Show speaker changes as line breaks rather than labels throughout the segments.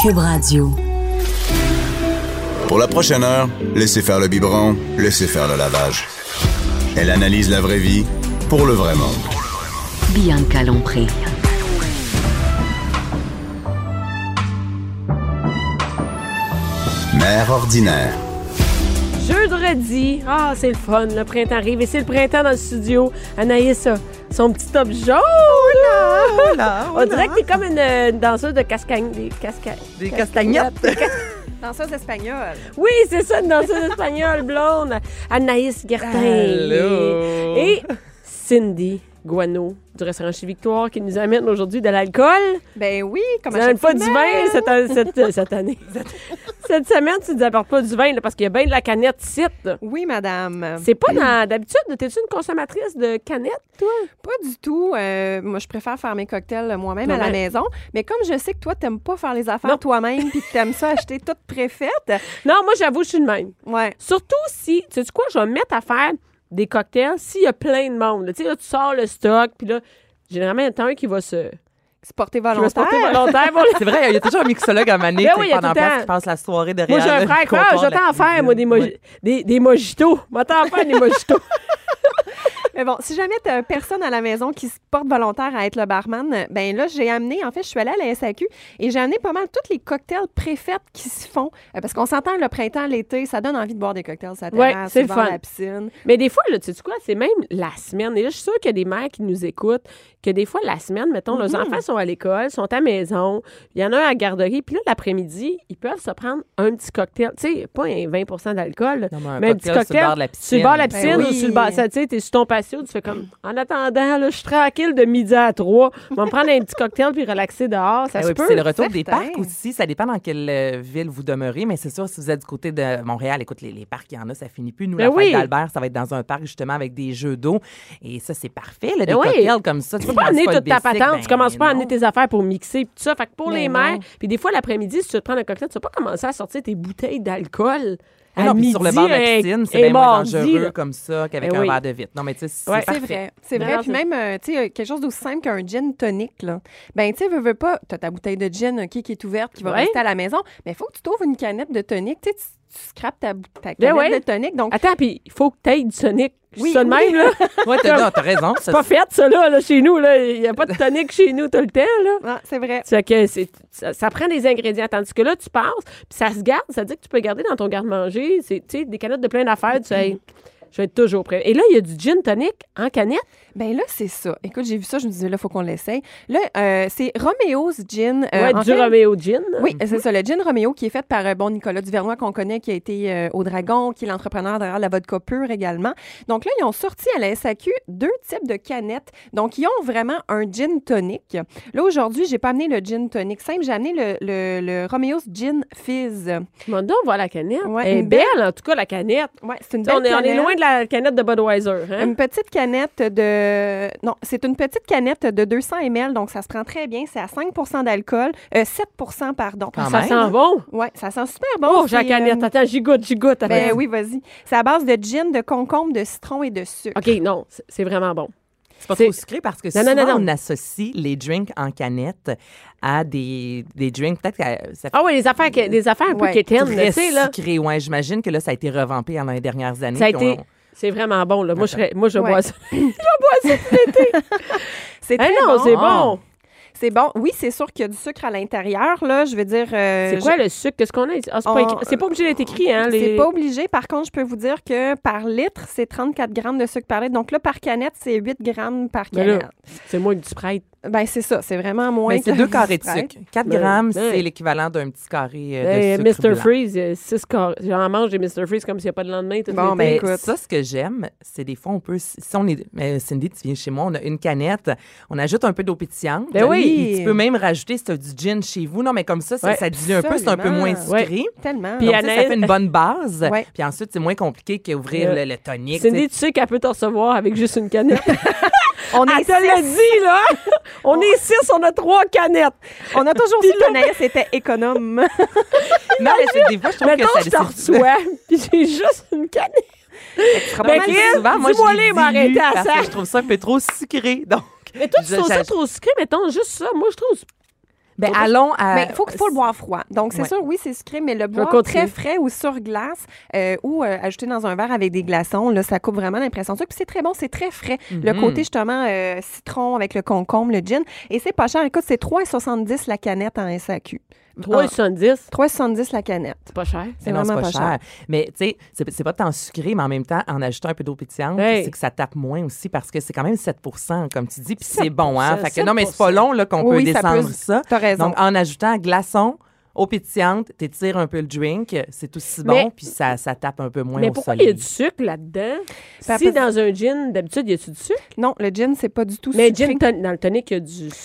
Cube Radio.
Pour la prochaine heure, laissez faire le biberon, laissez faire le lavage. Elle analyse la vraie vie pour le vrai monde.
Bianca Lompré.
Mère ordinaire.
Jeudi, ah, c'est le fun, le printemps arrive et c'est le printemps dans le studio. Anaïs a son petit top jaune.
Oh
On dirait que t'es comme une, euh, une danseuse de cascagne. Des, casca...
Des castagnettes.
des cas-
Danseuse espagnole.
Oui, c'est ça, une danseuse espagnole blonde. Anaïs Gertin.
Allô.
Et Cindy Guano du restaurant chez Victoire qui nous amène aujourd'hui de l'alcool.
Ben oui, comme
Tu
à chaque
n'amènes pas du
semaine.
vin cette, an- cette- cette année. cette semaine, tu nous apportes pas du vin là, parce qu'il y a bien de la canette ici. là.
Oui, madame.
C'est pas dans- d'habitude. T'es-tu une consommatrice de canettes, toi?
Pas du tout. euh, moi, je préfère faire mes cocktails euh, moi-même à
Moi-même.
la maison. Mais comme je sais que toi, t'aimes pas faire les affaires
Non.
toi-même puis que t'aimes ça acheter toutes préfaites,
Non, moi, j'avoue, je suis de même.
ouais.
Surtout si, tu sais quoi, je vais me mettre à faire des cocktails s'il y a plein de monde. là. Tu sais, là, tu sors le stock, puis là, généralement, il y en a un qui va se,
C'est porté
qui va se
volontaire.
porter volontaire. Bon,
C'est vrai, il y a toujours un mixologue à maner
Ben
qui
oui, il y a
pendant
tout le
place
temps.
qui passe la soirée derrière.
moi, j'ai un
le
frère
comptoir
creux,
de
je
la
t'en faire,
cuisine.
moi, des, mo-
Ouais. Ben
des, des mojitos. Moi, t'en faire des mojitos.
Mais bon, si jamais t'as personne à la maison qui se porte volontaire à être le barman, ben là, j'ai amené, en fait, je suis allée à la SAQ et j'ai amené pas mal tous les cocktails préfaites qui se font. Euh, parce qu'on s'entend, le printemps, l'été, ça donne envie de boire des cocktails ça
Ouais,
terrasse,
c'est
au
le
bord
fun.
de la piscine.
Mais des fois, là, tu sais quoi, c'est même la semaine. Et là, je suis sûre qu'il y a des mères qui nous écoutent, que des fois, la semaine, mettons, leurs
Mm-hmm.
enfants sont à l'école, sont à maison, il y en a un à la garderie, puis là, l'après-midi, ils peuvent se prendre un petit cocktail. Tu sais, pas un 20 d'alcool, là,
Non, mais un
mais un petit
cocktail sur le
cocktail.
bord de la
Sur le bord de la
piscine.
piscine
Ben
ou
oui.
sur le bord, ça, tu sais, t'es sur ton patio, tu fais comme, en attendant, là, je suis tranquille de midi à 3, je vais me prendre un petit cocktail puis relaxer dehors, ça
Ah
se
oui, puis
peut.
c'est le retour des
certain.
parcs aussi. Ça dépend dans quelle euh, ville vous demeurez, mais c'est sûr, si vous êtes du côté de Montréal, écoute, les, les parcs, il y en a, ça finit plus. Nous,
Ben
la fête
oui.
d'Albert, ça va être dans un parc justement avec des jeux d'eau. Et ça, c'est parfait. Là, des
Ben oui.
cocktails comme ça.
Tu peux pas amener toute ta patente, tu commences pas à amener tes affaires pour mixer pis tout ça. Fait que pour
ben Mais
les
non.
mères, puis des fois l'après-midi, si tu veux te prends un cocktail, tu vas pas commencer à sortir tes bouteilles d'alcool à
Ah non, puis
midi.
sur le bord de la
hein,
piscine, c'est
et
bien moins
mardi,
dangereux
là.
comme ça qu'avec
Ben
un
oui.
verre de vitre. Non, mais tu sais, c'est
Ouais.
parfait.
C'est vrai, c'est
Non,
vrai.
non,
Puis
c'est-
même, euh, tu sais, euh, quelque chose d'aussi simple qu'un gin tonic, là. Ben, tu sais, veux, veux pas, t'as ta bouteille de gin OK, qui est ouverte, qui va
Ouais.
rester à la maison, mais il faut que tu trouves une canette de tonic. Tu sais, tu, tu scrapes ta, bou- ta canette
ouais.
de tonic. Donc,
Attends, puis il faut que t'ailles du tonic. Je
Oui,
suis ça de même, là.
Ouais, t'as non, t'as raison.
C'est
ça,
pas fait, ça, là, là, chez nous. là. Il n'y a pas de tonic chez nous tout le temps, là.
ah, c'est vrai.
Ça, fait que c'est- ça, ça prend des ingrédients. Tandis que là, tu passes, puis ça se garde. Ça veut dire que tu peux le garder dans ton garde-manger. C'est, tu sais, des canettes de plein d'affaires. Tu sais, je vais être toujours prêt. Et là, il y a du gin tonic en canette.
Ben là, c'est ça. Écoute, j'ai vu ça, je me disais, là, faut qu'on l'essaye. Là, euh, c'est Romeo's Gin. Euh,
ouais,
en
du
fait,
Romeo Gin. hein. là.
Oui, c'est ça, le gin Romeo qui est fait par euh, bon Nicolas Duvernois qu'on connaît, qui a été euh, au Dragon, qui est l'entrepreneur derrière la vodka pure également. Donc là, ils ont sorti à la SAQ deux types de canettes. Donc, ils ont vraiment un gin tonic. Là, aujourd'hui, j'ai pas amené le gin tonic simple, j'ai amené le, le, le Romeo's Gin Fizz.
Mon Dieu, on voit la canette.
Ouais,
Elle est
une belle-
belle, en tout cas, la canette.
Ouais, c'est une
Tu sais,
belle
On est, on est
canette.
loin hein? de la canette de Budweiser. Hein?
Une petite canette de. Non, c'est une petite canette de 200 ml, donc ça se prend très bien. C'est à 5 d'alcool. euh, 7 pardon.
Quand
Ça
même.
sent bon.
Ouais, ça sent super bon.
Oh,
C'est,
j'ai la canette.
euh,
Attends, j'y goûte, j'y goûte.
Ben
Attends.
oui, vas-y. C'est à base de gin, de concombre, de citron et de sucre.
OK, non, c'est- c'est vraiment bon.
C'est pas
C'est-
trop sucré parce que
Non, non,
souvent,
non, non.
on associe les drinks en canette à des, des drinks, peut-être que euh, ça fait
Ah oui, les affaires, que- des affaires un peu
Ouais,
quétaines, là,
très
tu sais, là.
sucré. Ouais, J'imagine que là, ça a été revampé dans les dernières années.
Ça a
puis on-
été... C'est vraiment bon, là. Moi, je, serais- moi, je
Ouais.
bois ça.
C'est
Ah
très
non,
bon.
c'est bon.
C'est bon. Oui, c'est sûr qu'il y a du sucre à l'intérieur, là. Je veux dire. euh,
C'est quoi
je-
le sucre? Qu'est-ce qu'on a? ici? Ah, c'est, pas
On-
écrit- c'est pas obligé d'être écrit, hein? les-
C'est pas obligé. Par contre, je peux vous dire que par litre, c'est 34 grammes de sucre par litre. Donc là, par canette, c'est 8 grammes par
Ben là,
canette.
c'est moins que du Sprite.
Ben, c'est ça. C'est vraiment moins
Ben, c'est
que
deux
du
carrés de
Sprite.
sucre. 4
Ben,
grammes,
ben.
c'est l'équivalent d'un petit carré euh,
Hey,
de sucre
Mr.
blanc.
Freeze, euh, six corps. J'en mange des Mr. Freeze comme s'il n'y a pas de lendemain. tout
Bon,
l'été.
Ben,
ben, écoute.
ça, ce que j'aime, c'est des fois, on peut. Si on est. mais Cindy, tu viens chez moi, on a une canette, on ajoute un peu d'eau pétillante.
Ben oui.
Et Tu peux même rajouter si tu as du gin chez vous. Non, mais comme ça, ça,
Ouais.
ça dilue un peu, c'est un peu moins
Absolument.
sucré.
Tellement.
Puis
Donc,
Anaïs-
ça, ça fait une bonne base.
Ouais.
Puis ensuite, c'est moins compliqué qu'ouvrir
Ouais.
le, le tonic.
Cindy, tu sais qu'elle peut te recevoir avec juste une canette.
on,
Elle
est
te ah, l'a
six.
dit, là! On est six, on a trois canettes.
on a toujours dit qu'Anaïs était économe.
tu sais. Non, mais c'est- des fois, je trouve
Mettons,
que
je
ça
t'en reçois, puis j'ai juste une canette. Ben,
Non, mais
Chris,
souvent, moi, je
dis-moi
les
les, m'arrêter
dilue
à
parce
ça.
que Je trouve ça un peu trop sucré. Donc,
Mais toi, tu
je-
trouves ça
j'a-
trop sucré, mettons, juste ça. Moi, je trouve...
Ben, allons
Euh,
à.
Mais il faut qu'il faut le boire froid. Donc, c'est
Ouais.
sûr, oui, c'est sucré, mais le boire
continue.
très frais ou sur glace euh, ou euh, ajouté dans un verre avec des glaçons, là, ça coupe vraiment l'impression de sucre. Puis c'est très bon, c'est très frais.
Mm-hmm.
Le côté, justement, euh, citron avec le concombre, le gin. Et c'est pas cher. Écoute, c'est 3,70 la canette en SAQ.
3,70,
3,70 la canette.
c'est pas cher.
C'est
Mais non, c'est
vraiment
pas,
pas
cher. Mais tu sais, c'est c'est pas tant sucré, mais en même temps, en ajoutant un peu d'eau pétillante,
Hey.
c'est que ça tape moins aussi parce que c'est quand même 7 comme tu dis, puis c'est bon, hein?
7%,
Fait que non, mais c'est pas long là, qu'on
Oui,
peut
ça peut
descendre
se-
ça.
t'as raison.
Donc, en ajoutant glaçon, eau pétillante, t'étires un peu le drink, c'est aussi
Mais-
bon, puis ça, ça tape un peu moins
Mais
au
pourquoi il y a
soleil.
du sucre là-dedans?
Ça
Si
peut-
dans un gin, d'habitude, il y a-tu du sucre?
Non, le gin, c'est pas du tout
Mais
sucré.
gin ton- dans le tonic, il y a du sucre.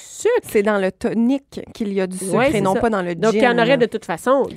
c'est dans le tonic qu'il y a du sucre
Ouais,
et
c'est
non
ça.
pas dans le gin.
Donc, il y en aurait de toute façon.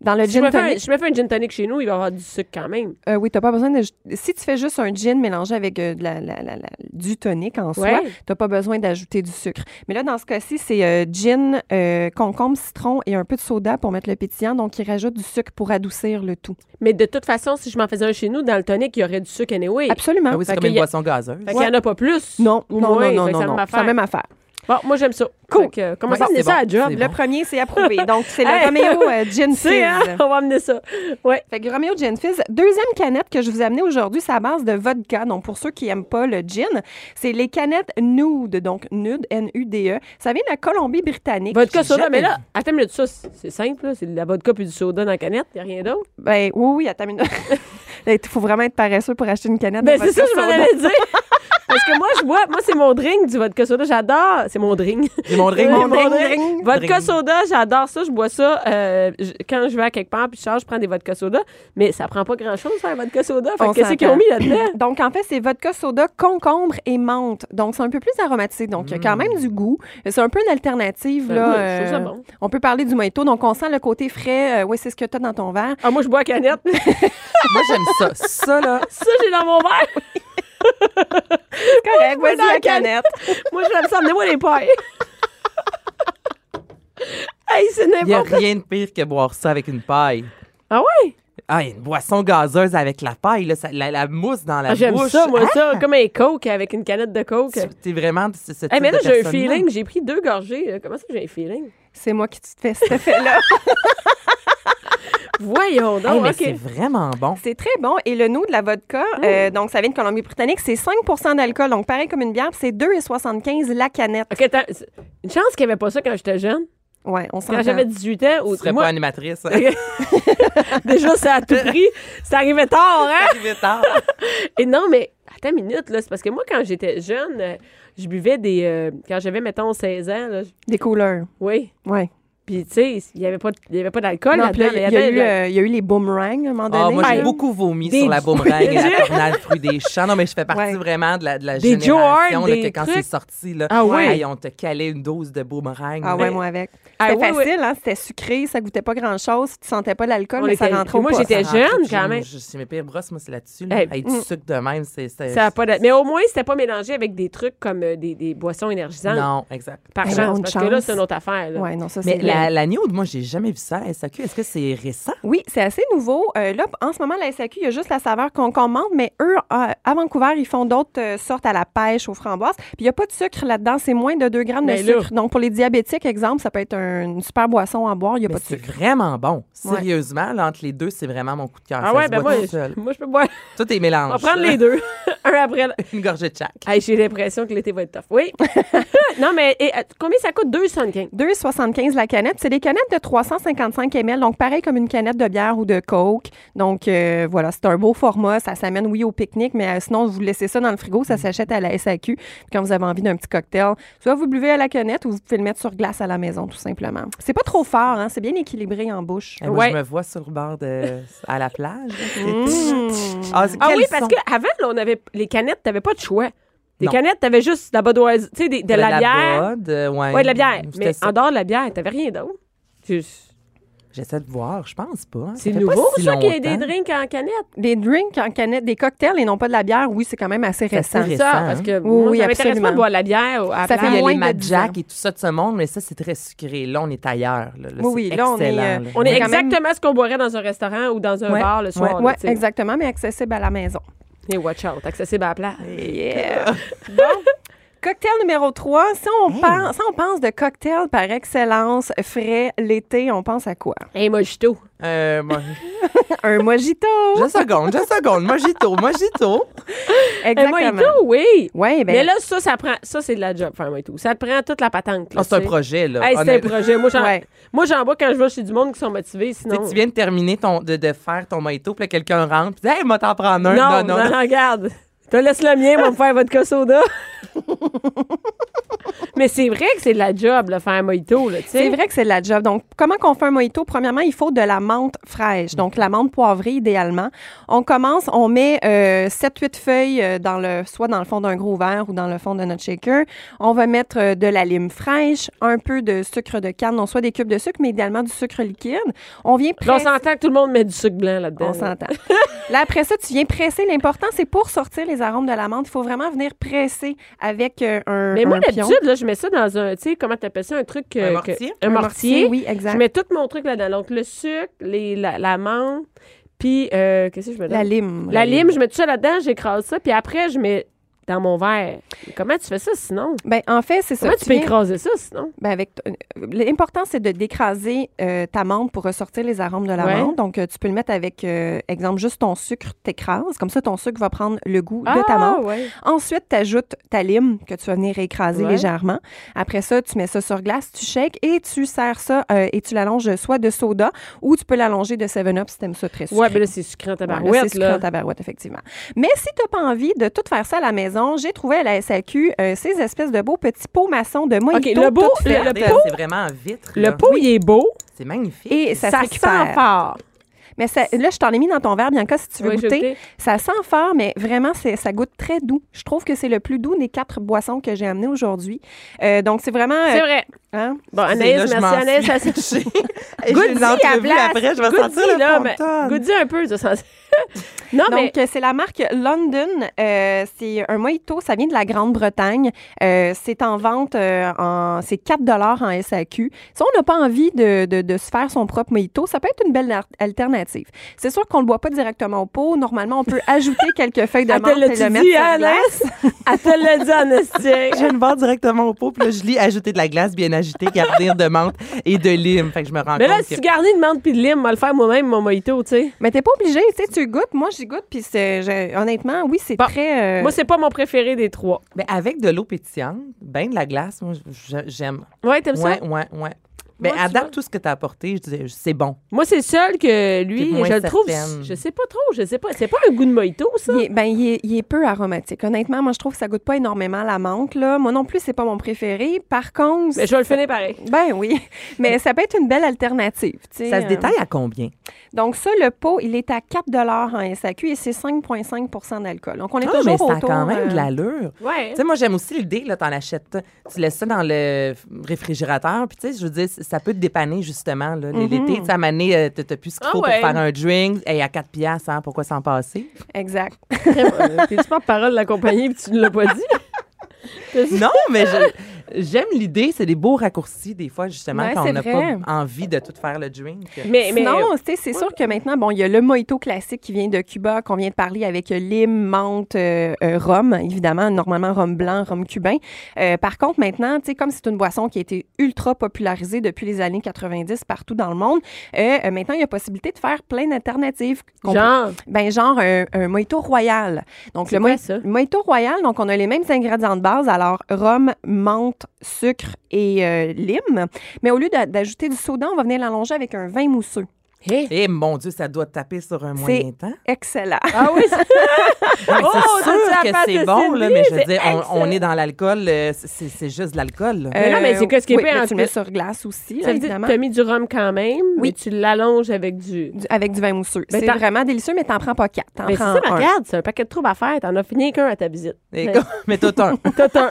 Dans le
Si je,
gin
me fais un,
tonic.
si je me fais un gin tonic chez nous, il va y avoir du sucre quand même.
Euh, oui, t'as pas besoin de. Si tu fais juste un gin mélangé avec euh, de la- la- la- la- du tonic en soi,
Ouais.
t'as pas besoin d'ajouter du sucre. Mais là, dans ce cas-ci, c'est euh, gin, euh, concombre, citron et un peu de soda pour mettre le pétillant. Donc, il rajoute du sucre pour adoucir le tout.
Mais de toute façon, si je m'en faisais un chez nous, dans le tonic, il y aurait du sucre anyway.
Absolument.
Ah oui, c'est
Fait
comme une
qu'il y a-
boisson gazeuse.
Fait qu'il n'y en a pas plus.
Non,
ou
non, non,
moins.
non,
Fait que
non,
ça
non.
m'a
C'est la
fait.
même affaire.
Bon, moi, j'aime ça.
Cool.
Fait que, euh, comment
Ouais,
ça,
Ah, c'est
amener ça
bon,
à la job?
c'est
là?
bon.
Le premier, c'est approuvé. Donc, c'est la
Hey!
Romeo euh, Gin
Tu sais,
Fizz.
hein? On va amener ça. Ouais.
Fait que Romeo Gin Fizz. Deuxième canette que je vous ai amenée aujourd'hui, c'est à base de vodka. Donc, pour ceux qui n'aiment pas le gin, c'est les canettes nude. Donc, nude, N-U-D-E. E. Ça vient de la Colombie-Britannique.
Vodka,
j'ai
soda.
jamais
Mais là, attends une minute, ça, c'est c'est simple. là. C'est de la vodka puis du soda dans la canette. Il n'y a rien d'autre.
Ben oui, oui, attends une minute. Il faut vraiment être paresseux pour acheter une canette. de
Ben, c'est ça,
vodka
que je m'en
soda.
allais dire. Parce que moi, je bois. Moi, c'est mon drink du vodka soda. J'adore. C'est mon drink.
C'est mon drink,
Oui,
mon drink.
drink.
Vodka
Drink.
soda, j'adore ça. Je bois ça euh, je- quand je vais à quelque part puis je charge, je prends des vodka soda. Mais ça prend pas grand-chose, faire un vodka soda. Fait
On
que qu'est-ce qu'ils
s'entend.
ont mis là-dedans?
Donc, en fait, c'est vodka soda, concombre et menthe. Donc, c'est un peu plus aromatisé. Donc, il y a quand même du goût. C'est un peu une alternative.
Mm. Ben
Là, euh,
oui, je trouve ça bon.
On peut parler du mojito. Donc, on sent le côté frais. oui, c'est ce que tu as dans ton verre.
Ah, moi, je bois à canette.
Moi, j'aime ça. Ça, là,
ça, j'ai dans mon verre. mets
Correct, vas-y
dans la
la canette.
Moi, je vais ça. Amenez-moi les pailles. hey, c'est
il n'y a
n'importe
rien de pire que boire ça avec une paille.
Ah ouais?
Ah, une boisson gazeuse avec la paille, là, ça- la, la mousse dans la
Ah, J'aime
bouche.
ça, moi,
Ah,
ça. Comme un Coke avec une canette de Coke.
tu- T'es vraiment de ce, ce
Hey,
type
mais là,
de
j'ai un
personne-là.
feeling. J'ai pris deux gorgées. là. Comment ça, j'ai un feeling?
C'est moi qui te fais cet effet-là.
Voyons
Hey,
donc.
mais
oh, OK.
c'est vraiment bon.
c'est très bon. Et le nous de la vodka,
Mm.
euh, donc ça vient de Colombie-Britannique, c'est 5 d'alcool. Donc, pareil comme une bière, puis c'est 2,75 la canette.
OK, attends. Une chance qu'il n'y avait pas ça quand j'étais jeune.
Ouais, on s'entend.
Quand j'avais 18 ans,
Tu
ou,
serais
moi,
pas animatrice. hein?
déjà, ça a tout pris. C'est arrivé tard, hein?
Arrivé tard.
Et non, mais attends une minute, là. C'est parce que moi, quand j'étais jeune, euh, je buvais des. euh, quand j'avais, mettons, 16 ans, là. je-
Des couleurs.
Oui.
Ouais.
Puis, tu sais, il n'y avait pas, il y avait pas d'alcool
Non, puis là,
là-dedans.
il y,
mais
a
attends,
eu,
là-
euh, il y a eu les boomerangs à un moment donné.
Ah, moi, j'ai
Ouais.
beaucoup vomi
Des-
sur la boomerang et
Des-
la tornade fruit des champs. Non, mais je fais partie
Ouais.
vraiment de la, de la
Des Joe Hart,
génération là,
des
que quand
trucs.
c'est sorti, là,
Ah ouais.
hey, on te calait une dose de boomerang.
Ah
là.
ouais, moi avec.
Ah,
C'était
ouais, ouais.
facile, hein? C'était sucré, ça goûtait pas grand-chose, tu sentais pas l'alcool,
On
mais ça
était-
rentrait au
moi,
poste.
j'étais-
Ça rentrait
jeune,
que j'ai-
quand même.
je- C'est mes pires brosses, moi, c'est là-dessus. Là.
Hey, mm.
Hey, du sucre de même, c'est.
euh,
c'est-
ça a pas d'a- mais au moins, c'était pas mélangé avec des trucs comme euh, des, des boissons énergisantes.
Non, exact.
Par
Mais
chance.
non,
Parce
Eh ben, chance.
que là, c'est une autre affaire. Là.
Ouais, non, ça, c'est
Mais la,
vrai.
la nude, moi, j'ai jamais vu ça à la SAQ. Est-ce que c'est récent?
Oui, c'est assez nouveau. Euh, là, en ce moment, la SAQ, il y a juste la saveur qu'on commande, mais eux, à, à Vancouver, ils font d'autres euh, sortes à la pêche, aux framboises. Puis il n'y a pas de sucre là-dedans, c'est moins de 2 grammes
Mais
de
là-
sucre. Donc, pour les diabétiques, exemple, ça peut être un- une super boisson à boire, il n'y a
Mais
pas de
c'est
sucre.
vraiment bon.
Ouais.
Sérieusement, là, entre les deux, c'est vraiment mon coup de cœur.
Ah
Ça
ouais,
se
ben
boit
moi,
tout seul.
je- moi, je peux boire.
Tout est
On
mélange.
va prendre
là.
les deux, un après l'autre.
Une gorgée de chaque.
Hey, J'ai l'impression que l'été va être tough. Oui. non, mais et, euh, combien ça coûte? 2,75.
2,75 la canette. C'est des canettes de 355 ml, donc pareil comme une canette de bière ou de coke. Donc euh, voilà, c'est un beau format. Ça s'amène, oui, au pique-nique, mais euh, sinon, vous laissez ça dans le frigo.
Mm.
Ça s'achète à la SAQ quand vous avez envie d'un petit cocktail. Soit vous le buvez à la canette ou vous pouvez le mettre sur glace à la maison, tout simplement. C'est pas trop fort, hein? c'est bien équilibré en bouche.
Eh, moi,
Ouais.
Je me vois sur le bord de, à la plage.
Mmh.
Ah, c'est-
Ah
quels
oui, parce
sont-
qu'avant, on avait les canettes, t'avais pas de choix. Les
Non.
canettes, t'avais juste de la Budweiser, tu sais, des- de, la, bière.
Bud, euh, ouais.
Oui, de la bière.
C'était
Mais
ça.
en dehors de la bière, t'avais rien d'autre. Tu-
J'essaie de voir, je pense pas. hein. Ça
C'est
fait pas
nouveau,
si
ça, qu'il y ait
longtemps.
des drinks en canette.
Des drinks en canette, des cocktails et non pas de la bière, oui, c'est quand même assez
C'est assez
récent.
récent.
ça,
hein.
parce que
Oui,
moi,
oui,
ça m'intéresse pas
absolument.
de boire de la bière ou à la
Ça
Puis
place.
Il y a
moins
les
de
Mad
10
Jack
ans.
et tout ça de ce monde, mais ça, c'est très sucré. Là, on est ailleurs. Là, Là,
Oui, oui,
c'est
là, on est,
excellent,
euh,
là.
On est
quand même-
exactement ce qu'on boirait dans un restaurant ou dans un
Ouais,
bar le soir.
ouais,
là,
Oui,
tu sais.
exactement, mais accessible à la maison.
Et watch out, accessible à la plage.
Yeah! bon. Cocktail numéro 3, si on,
Mm.
pense, si on pense de cocktail par excellence frais l'été, on pense à quoi?
Un mojito.
Euh, moi,
Un mojito!
je seconde, je seconde. Mojito, mojito.
Un
Exactement.
mojito, oui.
Oui, ben,
Mais là, ça, ça prend. Ça, c'est de la job, faire un mojito. Ça te prend toute la patente. là,
Ah, c'est un
tu sais.
projet, là.
Hey, c'est un
Honnête-
projet. Moi, j'en
Ouais.
moi, j'en bois quand je vais chez du monde qui sont motivés,
Tu sais,
sinon.
tu viens de terminer ton, de, de faire ton mojito, puis là, quelqu'un rentre, puis dit, hey, moi, t'en prendre un.
non, non, non, regarde. Je te laisse le mien, moi, me faire votre soda. Mais c'est vrai que c'est de la job, là, faire un mojito, là, tu sais.
C'est vrai que c'est de la job. Donc, comment qu'on fait un mojito? Premièrement, il faut de la menthe fraîche, donc la menthe poivrée idéalement. On commence, on met 7-8 feuilles euh, dans le, soit dans le fond d'un gros verre ou dans le fond de notre shaker. On va mettre euh, de la lime fraîche, un peu de sucre de canne, donc soit des cubes de sucre, mais idéalement du sucre liquide. On vient
Puis on
presser-
s'entend que tout le monde met du sucre blanc là-dedans.
On
là.
s'entend. Là, après ça, tu viens presser. L'important, c'est pour sortir les arômes de la menthe, il faut vraiment venir presser avec euh, un.
Mais moi,
un pion.
d'habitude, là, je mets ça dans un, tu sais, comment t'appelles ça, un truc... euh,
Un
que-
mortier?
Un, mortier.
Oui,
Je
exact.
mets tout mon truc là-dedans. Donc, le sucre, les, la, la menthe, puis, euh, qu'est-ce que je mets
La
là?
lime.
La, lime, je mets tout ça là-dedans, j'écrase ça, puis après, je mets dans mon verre. Mais Comment tu fais ça, sinon?
Ben, en fait, c'est ça.
Comment tu peux
viens-
écraser ça, sinon?
Ben avec t- euh, l'important c'est de décraser euh, ta menthe pour ressortir les arômes de la
Ouais.
menthe. Donc euh, tu peux le mettre avec euh, exemple juste ton sucre t'écrases comme ça ton sucre va prendre le goût de
Ah,
ta menthe.
ouais.
Ensuite, tu ajoutes ta lime que tu vas venir écraser
Ouais.
légèrement. Après ça, tu mets ça sur glace, tu shakes et tu sers ça euh, et tu l'allonges soit de soda ou tu peux l'allonger de 7-Up si t'aimes ça très sucré.
Ouais, mais là, c'est sucré en
Ouais, là,
tabarouette,
c'est sucré en
là.
tabarouette, effectivement. Mais si tu pas envie de tout faire ça à la maison, j'ai trouvé à la SAQ euh, ces espèces de beaux petits pots maçons de mojito.
le beau-
toutes faites.
le
Regardez,
pot-
C'est vraiment en vitre.
Le
là.
pot, il est beau.
C'est magnifique.
Et ça, se
sent
récupère.
fort.
Mais ça- là, je t'en ai mis dans ton verre, Bianca, si tu veux
Oui, je vais
goûter.
goûter.
Ça sent fort, mais vraiment, c'est- ça goûte très doux. Je trouve que c'est le plus doux des quatre boissons que j'ai amenées aujourd'hui. Euh, donc, c'est vraiment...
C'est
euh,
vrai.
hein?
Bon,
Excusez, Ah, là,
Anaïs,
je
merci,
m'en suis
Anaïs. ça-
lâchée. J'ai
Goody
une
à
entrevue
place.
après, je vais
Goody,
sentir le
là,
fronton.
mais- Goody un peu, je sens. non, Ah, mais
Donc, euh, c'est la marque London. Euh, c'est un mojito, ça vient de la Grande-Bretagne. Euh, c'est en vente, euh, en, c'est 4 en SAQ. Si on n'a pas envie de, de- de se faire son propre mojito, ça peut être une belle ar- alternative. C'est sûr qu'on ne le boit pas directement au pot. Normalement, on peut ajouter quelques feuilles de
elle
menthe
te
et le
l'a dit,
mettre sur
hein,
glace.
Anaïs? Elle te l'a dit, Anaïs.
Je viens de voir directement au pot, puis là, je lis ajouter de la glace bien agitée, garnir de menthe et de lime. Fait que je me rends
Mais là,
compte
si tu
que...
garnis une menthe puis de lime, moi le faire moi-même, mon mojito, tu sais.
Mais t'es pas obligé, tu sais, tu goûtes. Moi, j'y goûte, puis c'est, j'ai- honnêtement, oui, c'est
Bon.
très. euh,
Moi, c'est pas mon préféré des trois.
Mais avec de l'eau pétillante, ben de la glace, moi, je- j'aime.
Ouais, t'aimes ça?
Ouais, ouais, ouais. Mais
Moi,
à
tu
date,
vois.
tout ce que t'as apporté, je disais, c'est bon.
Moi, c'est le seul que lui,
T'es
je
moins
le trouve.
certaine.
Je sais pas trop, je sais pas. C'est pas un goût de mojito, ça?
il est, ben, il est, il est peu aromatique. Honnêtement, moi, je trouve que ça goûte pas énormément la menthe, là. Moi non plus, c'est pas mon préféré. Par contre.
Mais je vais le finir pareil.
Ben oui, mais ça peut être une belle alternative. tu sais,
Ça se
euh.
détaille à combien?
Donc ça, le pot, il est à 4 en SAQ et c'est 5,5 d'alcool. Donc on est
Ah, mais
toujours
ça a
autour.
quand même de
euh,
l'allure.
Ouais.
Tu sais, moi, j'aime aussi l'idée, là, t'en achètes, tu laisses ça dans le réfrigérateur, puis tu sais, je veux dire, ça peut te dépanner, justement, là, l'été. Tu sais, à maner, euh, t'as t'as plus ce qu'il
Mm-hmm. Ah
faut
ouais.
pour faire un drink, et à 4 piastres, hein, pourquoi s'en passer?
Exact.
Euh, T'es-tu pas parole de la compagnie puis tu ne l'as pas dit?
non, mais je- j'aime l'idée, c'est des beaux raccourcis, des fois, justement,
Ouais,
quand
c'est
on n'a
vrai.
pas envie de tout faire le drink.
Mais, euh, mais
Sinon, tu sais, c'est sûr que maintenant, bon, il y a le mojito classique qui vient de Cuba, qu'on vient de parler avec lime, menthe, euh, euh, rhum, évidemment, normalement rhum blanc, rhum cubain. Euh, par contre, maintenant, tu sais, comme c'est une boisson qui a été ultra popularisée depuis les années 90 partout dans le monde, euh, euh, maintenant, il y a possibilité de faire plein d'alternatives. qu'on peut-
genre,
Ben, genre un, un mojito royal. Donc,
C'est
le
quoi,
mojito,
ça?
mojito royal, donc on a les mêmes ingrédients de base, alors rhum, menthe, sucre et euh, lime. Mais au lieu d'a- d'ajouter du soda, on va venir l'allonger avec un vin mousseux. Hein?
hé,
Eh mon Dieu, ça doit taper sur un moyen temps.
Excellent.
ah oui, ça-
Non, mais
Oh, t'as
c'est
dit la
sûr que
pâte de
c'est bon, là,
Cindy,
mais je veux
c'est
dire, on- on,
excellent. Euh,
est dans l'alcool, euh, c'est c'est juste de l'alcool. là.
Mais non, mais c'est que ce qui est
Euh, oui,
fait
mais
en
tu le mets
plus-
sur glace aussi, là,
ça veut dire que
évidemment.
t'as mis du rhum quand même, mais
Oui.
tu l'allonges avec du...
Du- avec du vin mousseux.
Mais
c'est
Ben, t'en-
vraiment délicieux, mais t'en prends pas quatre. T'en
Mais c'est
prends
ça, ma
un.
regarde, c'est un paquet de troubles à faire. T'en as fini qu'un à ta visite.
Et
Mais-
comme- mais tout un.
Tout un.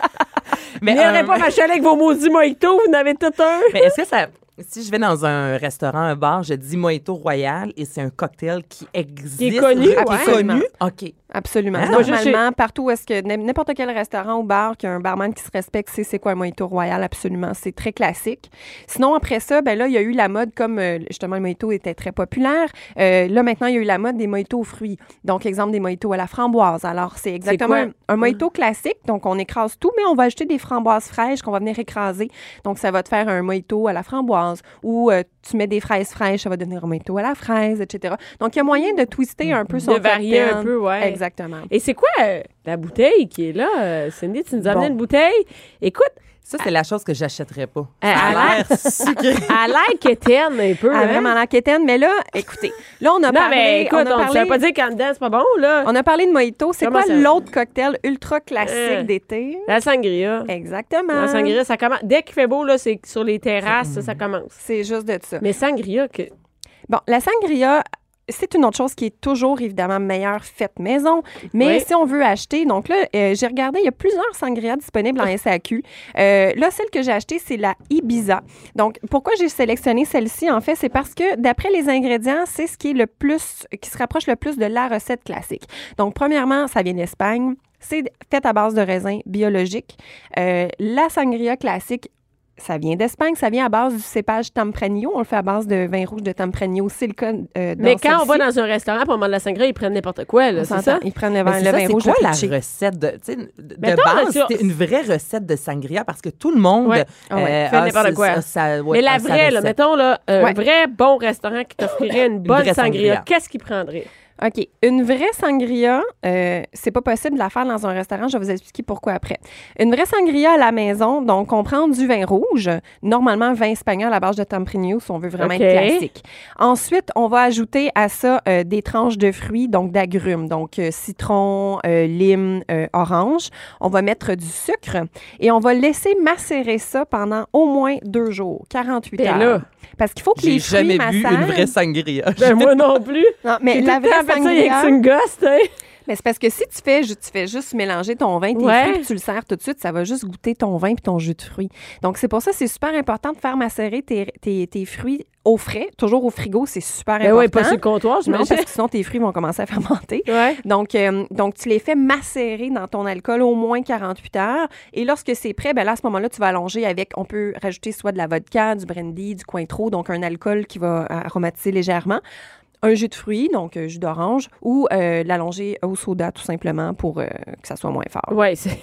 Mais,
N'irez
un-
pas ma chalet avec vos maudits mojitos, vous en avez tout un.
mais est-ce que ça. Si je vais dans un restaurant, un bar, je dis Mojito Royal et c'est un cocktail qui existe.
connu,
qui est
ouais.
connu. OK.
Absolument.
Ah,
moi, je-
Normalement, partout où est-ce que n- n'importe quel restaurant ou bar qui a un barman qui se respecte, c'est c'est quoi un mojito royal, absolument. C'est très classique. Sinon, après ça, ben là, il y a eu la mode, comme euh, justement le mojito était très populaire. euh, là, maintenant, il y a eu la mode des mojitos aux fruits. Donc, exemple des mojitos à la framboise. Alors, c'est exactement
quoi?
un, un mojito classique. Donc, on écrase tout, mais on va ajouter des framboises fraîches qu'on va venir écraser. Donc, ça va te faire un mojito à la framboise ou euh, tu mets des fraises fraîches, ça va devenir un mojito à la fraise, etc. Donc, il y a moyen de twister un peu son
De varier un
cocktail.
peu, ouais.
Exactement.
Et c'est quoi euh, la bouteille qui est là? euh, Cindy, tu nous as amené
Bon.
une bouteille. Écoute,
Ça, c'est la chose que j'achèterais pas.
Eh, elle
Ça
a
a
l'air-
l'air sucré.
à l'air qu'éterne un peu.
Ah,
hein?
vraiment la quétaine, mais là, écoutez, là, on a
Non,
parlé...
mais écoute,
on a
on ne
parlé-
pas dire qu'en dedans, c'est pas bon, là.
on a parlé de mojito. C'est
Comment
quoi
ça-
l'autre cocktail ultra classique
Euh.
d'été?
La sangria.
Exactement.
La sangria, ça commence. Dès qu'il fait beau, là, c'est sur les terrasses, ça, ça commence.
C'est juste de ça.
Mais sangria, que...
Bon, la sangria, c'est une autre chose qui est toujours évidemment meilleure faite maison. Mais
Oui.
si on veut acheter, donc là, euh, j'ai regardé, il y a plusieurs sangrias disponibles en SAQ. Euh, là, celle que j'ai achetée, c'est la Ibiza. Donc, pourquoi j'ai sélectionné celle-ci, en fait, c'est parce que d'après les ingrédients, c'est ce qui est le plus, qui se rapproche le plus de la recette classique. Donc, premièrement, ça vient d'Espagne. C'est fait à base de raisins biologiques. Euh, la sangria classique, ça vient d'Espagne, ça vient à base du cépage Tempranillo. On le fait à base de vin rouge de Tempranillo. C'est le cas euh, dans
Mais quand on va
celle-ci.
dans un restaurant, pour moment de la sangria, ils prennent n'importe quoi, là,
On
c'est
s'entend,
ça?
Ils prennent le
Mais
vin,
c'est
le
ça,
vin
c'est
rouge.
quoi
le
la
pitché.
recette de, tu sais, de
Mettons, là,
base?
sur-
C'était une vraie recette de sangria parce que tout le monde
Ouais. Fait
ah,
n'importe
c'est-
quoi.
ça- ça- ouais,
Mais la
ah, sa
vraie, là,
recette.
mettons, là, un
Ouais.
vrai bon restaurant qui t'offrirait une bonne
vraie
sangria,
sangria.
qu'est-ce qu'il prendrait?
OK. Une vraie sangria, euh, c'est pas possible de la faire dans un restaurant. Je vais vous expliquer pourquoi après. Une vraie sangria à la maison, donc on prend du vin rouge, normalement vin espagnol à la base de Tempranillo si on veut vraiment
OK.
être classique. Ensuite, on va ajouter à ça euh, des tranches de fruits, donc d'agrumes, donc euh, citron, euh, lime, euh, orange. On va mettre du sucre et on va laisser macérer ça pendant au moins deux jours, 48
Ben
heures.
là.
Parce qu'il faut que les
J'ai
fruits
jamais bu une
macèrent.
vraie sangria.
Ben, moi non plus.
Non, mais
J'ai
la
tout le
vraie
temps fait ça avec
sangria.
une gosse, hein?
Mais c'est parce que si tu fais, ju- tu fais juste mélanger ton vin et tes
Ouais.
fruits, puis tu le sers tout de suite, ça va juste goûter ton vin puis ton jus de fruits. Donc, c'est pour ça que c'est super important de faire macérer tes, tes- tes fruits au frais, toujours au frigo, c'est super
Ben
important.
oui, pas sur le comptoir, je
non,
m'achète.
parce que sinon, tes fruits vont commencer à fermenter.
Ouais.
Donc, euh, donc, tu les fais macérer dans ton alcool au moins 48 heures. Et lorsque c'est prêt, ben là, à ce moment-là, tu vas allonger avec, on peut rajouter soit de la vodka, du brandy, du cointreau, donc un alcool qui va aromatiser légèrement. Un jus de fruits, donc euh, jus d'orange, ou euh, l'allonger au soda, tout simplement, pour euh, que ça soit moins fort.
Ouais, c'est.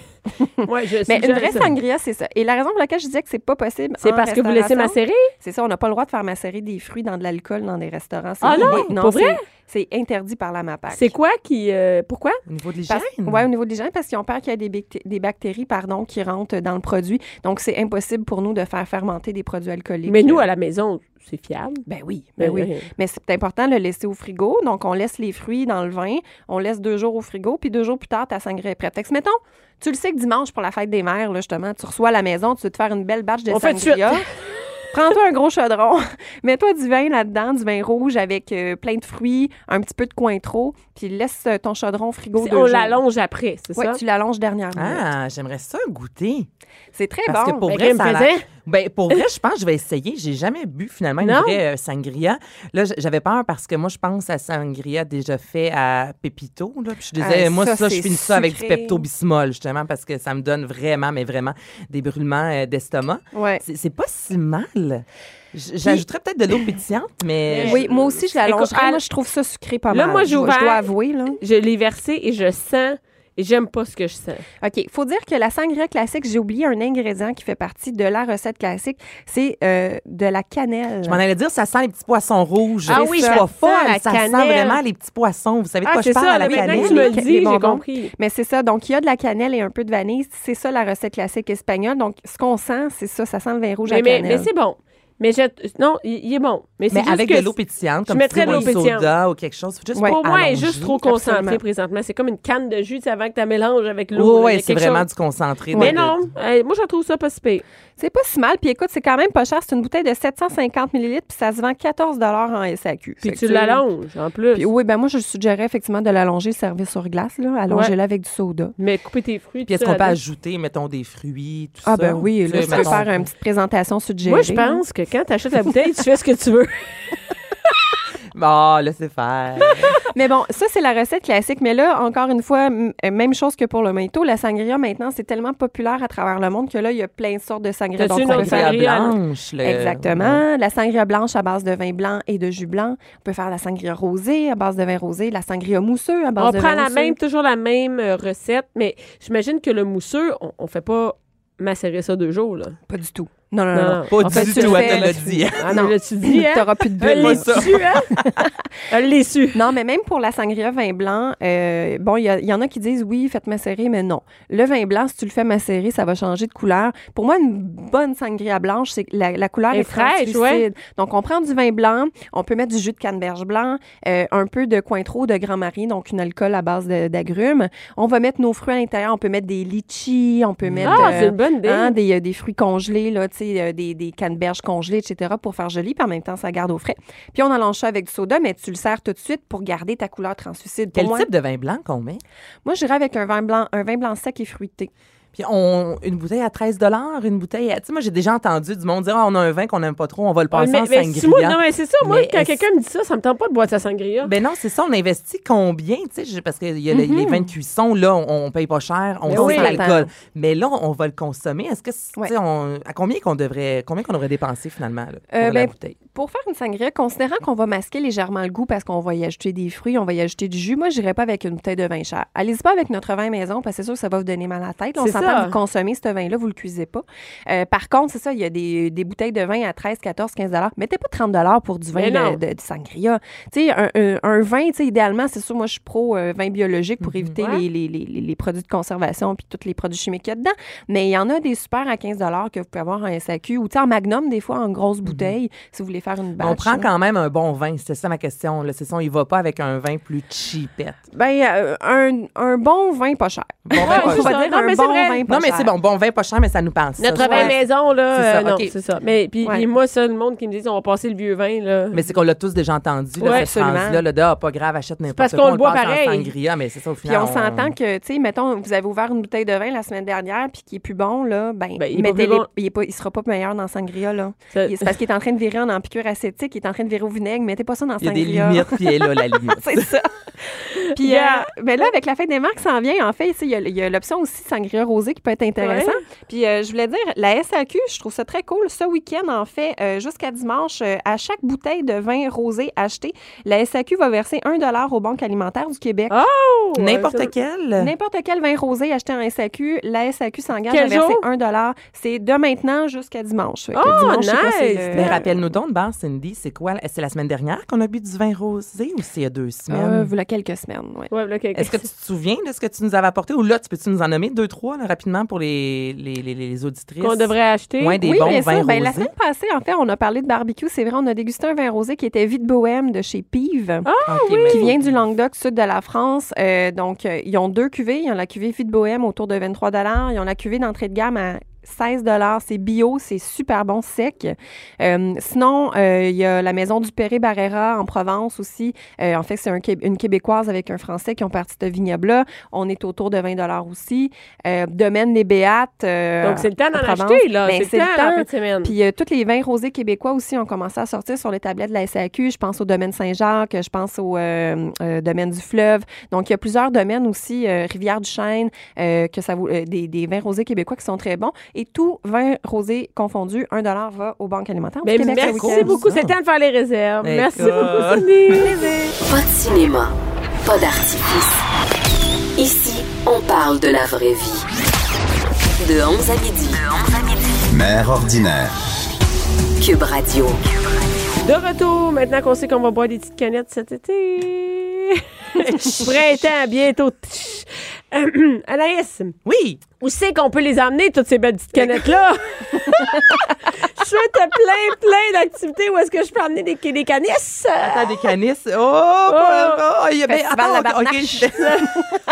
Ouais, je
Mais une
suggère
vraie
ça. Ah,
sangria, c'est ça. Et la raison pour laquelle je disais que c'est pas possible.
C'est
en
parce que vous laissez
restauration,
macérer?
C'est ça, on n'a pas le droit de faire macérer des fruits dans de l'alcool dans des restaurants. C'est
Ah non,
prohibé.
pour vrai?
C'est c'est interdit par la MAPAC.
C'est quoi qui. euh, pourquoi?
Au niveau de l'hygiène?
Parce- ouais, au niveau des gens, parce qu'ils ont peur qu'il y ait des, bacté- des bactéries pardon, qui rentrent dans le produit. Donc, c'est impossible pour nous de faire fermenter des produits alcooliques. Euh,
Mais nous, hein. à la maison, c'est fiable.
Ben oui, ben oui.
euh,
Mais c'est important de le laisser au frigo. Donc, on laisse les fruits dans le vin, on laisse deux jours au frigo, puis deux jours plus tard, ta sangria est prête. Fait que, mettons, tu le sais que dimanche, pour la fête des mères, là, justement, tu reçois à la maison, tu veux te faire une belle batch de
On fait de
sangria. Prends-toi un gros chaudron, mets-toi du vin là-dedans, du vin rouge avec euh, plein de fruits, un petit peu de cointreau, puis laisse euh, ton chaudron au frigo
c'est-
deux
on
jours.
l'allonge après, c'est
Oui,
ça?
tu l'allonges dernièrement.
Ah, j'aimerais ça goûter.
C'est très
Parce
bon.
que pour
Ben,
vrai,
Kim
ça a l'air-
faisait.
Ben, pour vrai, je pense que je vais essayer. J'ai jamais bu finalement une
Non?
vraie euh, sangria. Là, j- j'avais peur parce que moi, je pense à sangria déjà fait à Pépito. Là, puis je
Euh,
disais,
Ah,
moi,
ça,
ça,
c'est
je finis ça avec du
sucré.
Pepto-Bismol, justement, parce que ça me donne vraiment, mais vraiment, des brûlements euh, d'estomac.
Ouais.
C'est c'est pas si mal. J- J'ajouterais peut-être de l'eau pétillante, mais.
Oui, moi aussi, je l'allongerais.
Écoute,
Moi, je trouve ça sucré pas mal.
Là, moi, j'ai
je, dois- je
ouvert-
dois avouer. Là.
Je l'ai versé et je sens. Et j'aime pas ce que je sens.
OK. faut dire que la sangria classique, j'ai oublié un ingrédient qui fait partie de la recette classique. C'est euh, de la cannelle.
Je m'en allais dire, ça sent les petits poissons rouges.
Ah
C'est
oui,
ça.
je
pas folle.
sens la
Ça
cannelle.
sent vraiment les petits poissons. Vous savez de
Ah,
quoi je
c'est
parle
ça,
à la
là, maintenant
cannelle?
que tu me le
des
dis, j'ai
bonbons.
compris.
Mais c'est ça. Donc, il y a de la cannelle et un peu de vanille. C'est ça, la recette classique espagnole. Donc, ce qu'on sent, c'est ça. Ça sent le vin rouge à
Mais, mais, mais
cannelle.
c'est bon. Mais je, non, il il est bon. Mais, c'est
Mais
juste
avec
que
de l'eau pétillante, comme
mettrais
si
de l'eau
un soda
pétillante.
ou quelque chose. Juste
Ouais.
pour
Pour moi, elle est juste
allonger.
trop concentrée
absolument.
présentement. C'est comme une canne de jus tu sais, avant que tu la mélanges avec
Oui,
l'eau. là, il y a
c'est
quelque
vraiment
chose.
du concentré.
Mais
de-
non, euh, moi, je trouve ça pas si pire.
C'est pas si mal. Puis écoute, c'est quand même pas cher. C'est une bouteille de 750 ml, puis ça se vend 14 en SAQ.
Puis
Fait que
tu l'allonges, en plus.
Puis oui, ben moi, je suggérais effectivement de l'allonger, le servir sur glace, là, allonger
Ouais.
là avec du soda.
Mais couper tes fruits.
Puis
tout
est-ce
ça,
qu'on peut
là-
ajouter, mettons, des fruits, tout ça?
Ah ben oui,
Tu
là,
sais,
tu peux
mettons-
faire une petite présentation suggérée.
Moi, je pense que quand tu achètes la bouteille, tu fais ce que tu veux.
Bon, laissez ah, faire.
Mais bon, ça, c'est la recette classique. Mais là, encore une fois, m- euh, même chose que pour le mento. La sangria, maintenant, c'est tellement populaire à travers le monde que là, il y a plein de sortes de sangria.
T'as-tu une
on peut
autre
la
faire-
sangria? Euh,
blanche, là.
Exactement. La sangria blanche à base de vin blanc et de jus blanc. On peut faire la sangria rosée à base de vin rosé, la sangria mousseux à base
On
de
prend
vin
la
mousseux.
même, toujours la même euh, recette, mais j'imagine que le mousseux, on, on fait pas macérer ça deux jours, là.
Pas du tout. Non, non, non. non.
Pas
En fait,
du
tu
tout,
le
elle
fais,
te l'a
tu-
dit.
Ah, mais
Non.
là, tu dis, hein?
T'auras plus de
Elle
bulles.
l'est su, hein? Elle l'est su.
Non, mais même pour la sangria vin blanc, euh, bon, il y, a- il y en a qui disent oui, faites macérer, mais non. Le vin blanc, si tu le fais macérer, ça va changer de couleur. Pour moi, une bonne sangria blanche, c'est que la, la couleur
Elle est
est
fraîche,
translucide.
ouais.
Donc, on prend du vin blanc, on peut mettre du jus de canneberge blanc, euh, un peu de cointreau de Grand Marie, donc une alcool à base de- d'agrumes. On va mettre nos fruits à l'intérieur. On peut mettre des litchis, on peut mettre
Ah,
euh,
c'est une bonne idée.
hein, des, euh, des fruits congelés, là, tu sais, euh, des, des canneberges congelées, etc., pour faire joli. Puis en même temps, ça garde au frais. Puis on allonge ça avec du soda, mais tu le sers tout de suite pour garder ta couleur translucide. Pour
Quel
moi,
type de vin blanc qu'on met?
moi j'irais avec un vin, blanc, un vin blanc sec et fruité.
Puis on, une bouteille à 13 une bouteille à... Tu sais, moi, j'ai déjà entendu du monde dire, Ah, on a un vin qu'on n'aime pas trop, on va le passer
mais,
en
mais
sangria.
si moi- non, mais c'est ça, moi,
Mais
quand
est-ce-
quelqu'un me dit ça, ça me tente pas de boire de sa sangria.
Ben non, c'est ça, on investit combien, tu sais, je- parce qu'il y a les- les vins de cuisson, là, on, on paye pas cher, on
Mais
sait
oui,
l'alcool.
attends.
Mais là, on va le consommer. Est-ce que, c'est-
Ouais.
tu sais, on- à combien qu'on devrait, combien qu'on aurait dépensé finalement, là, pour
Euh,
la
ben,
bouteille?
Pour faire une sangria, considérant qu'on va masquer légèrement le goût parce qu'on va y ajouter des fruits, on va y ajouter du jus, moi, j'irais pas avec une bouteille de vin cher. Allez-y pas avec notre vin maison parce que c'est sûr que ça va vous donner mal à la tête. Là, on
C'est ça.
s'entend que vous consommez ce vin-là, vous le cuisez pas. Euh, par contre, c'est ça, il y a des, des bouteilles de vin à 13, 14, 15 Mettez pas 30 pour du vin
Mais non.
de, de- de sangria. Tu sais, un, un- un vin, tu sais, idéalement, c'est sûr, moi, je suis pro euh, vin biologique pour éviter
Ouais.
les, les- les- les- les produits de conservation puis tous les produits chimiques qu'il y a dedans. Mais il y en a des super à 15 que vous pouvez avoir en SAQ ou tu sais, en magnum, des fois, en grosse bouteille, si vous voulez faire une batch.
on prend
là.
quand même un bon vin, c'est ça ma question. Là. C'est ça, il va pas avec un vin plus cheapette.
Ben, euh, un, un bon vin pas cher.
Bon vin pas
On
c'est
cher.
va
ça.
dire
Non,
un
mais
bon
c'est vrai.
vin pas
Non, mais
cher.
c'est bon, bon vin pas cher, mais ça nous pense. ça.
Notre
Ouais.
vin maison, là.
C'est ça,
euh, non,
ok.
c'est ça. Mais puis,
Ouais.
puis moi, ça, le monde qui me dit on va passer le vieux vin, là.
Mais c'est qu'on l'a tous déjà entendu, là,
Ouais,
cette
absolument.
phrase-là, le de, Ah, pas grave, achète n'importe
parce
quoi.
qu'on le boit
passe en
pareil.
sangria, mais c'est ça au
Puis
final.
on s'entend que, tu sais, mettons, vous avez ouvert une bouteille de vin la semaine dernière, puis qui est plus bon, là, ben,
Ben, il est pas
mettez-les-
plus bon.
il, est pas- il sera pas meilleur dans Sangria, là.
Ça-
Il- C'est parce qu'il est en train de virer en, en piqûre acétique, il est en train de virer au vinaigre, mettez pas ça dans
Il y a
Sangria.
des limites, puis elle est là, la limite.
C'est ça. Puis
Yeah.
euh, ben là, avec la fête des marques, ça en vient. En fait, tu sais, il y a- il y a, l'option aussi sangria rosé qui peut être intéressant. Puis euh, je voulais dire, la SAQ, je trouve ça très cool. Ce week-end, en fait, euh, jusqu'à dimanche, euh, à chaque bouteille de vin rosé achetée, la SAQ va verser 1 aux banques alimentaires du Québec.
Oh!
N'importe
ça-
quel.
N'importe quel vin rosé acheté en SAQ, la SAQ s'engage à
Quel
verser
jour?
1 C'est de maintenant jusqu'à dimanche. Fait que
Oh,
dimanche, je sais pas, euh, c'est
nice!
le-
Mais rappelle-nous donc, ben, Cindy, c'est quoi? C'est la semaine dernière qu'on a bu du vin rosé ou c'est il y a deux semaines?
Euh, voilà quelques semaines, ouais.
Ouais, là, quelqu'un-
Est-ce que tu te souviens de ce que tu nous avais apporté? Ou là, tu peux-tu nous en nommer deux, trois, là, rapidement, pour les, les, les, les auditrices?
qu'on devrait acheter?
Ouais, des
oui,
bons
bien
vins
sûr. Ben, la
rosés.
semaine passée, en fait, on a parlé de barbecue. C'est vrai, on a dégusté un vin rosé qui était vide bohème de chez Pive.
Ah, ok, mais-
Qui vient du Languedoc, sud de la France. Euh, donc, euh, ils ont deux cuvées. Ils ont la cuvée Vite Bohème autour de 23 Ils ont la cuvée d'entrée de gamme à 16 C'est bio, c'est super bon, sec. Euh, sinon, euh, il y a la maison du Péré Barrera en Provence aussi. Euh, en fait, c'est un Qué- une Québécoise avec un Français qui ont parti de vignoble-là. On est autour de 20 aussi. Euh, Domaine des Béates. euh,
Donc, c'est le temps d'en
en Provence.
acheter, là.
Ben,
c'est le temps, la fin de semaine.
puis euh, tous les vins rosés québécois aussi ont commencé à sortir sur les tablettes de la SAQ. Je pense au domaine Saint-Jacques, je pense au euh, euh, domaine du fleuve. Donc, il y a plusieurs domaines aussi, euh, Rivière-du-Chêne, euh, que ça vaut, euh, des, des vins rosés québécois qui sont très bons. Et tout vin rosé confondu, 1 va aux banques alimentaires. du
Ben,
Québec ce
merci
week-end.
beaucoup.
Ça.
C'est le temps de faire les réserves.
D'accord.
Merci beaucoup, Cindy.
Pas de cinéma, pas d'artifice. Ici, on parle de la vraie vie. De 11 à midi.
Mère ordinaire.
Cube Radio.
De retour, maintenant qu'on sait qu'on va boire des petites canettes cet été. Printemps, bientôt. Euh, Anaïs,
Oui!
où c'est qu'on peut les emmener, toutes ces belles petites canettes-là? je fais plein, plein d'activités où est-ce que je peux emmener des, des canisses
T'as des canisses. Oh! pas- oh, il y a ben,
Festival
attends,
la
ok,
Barnache.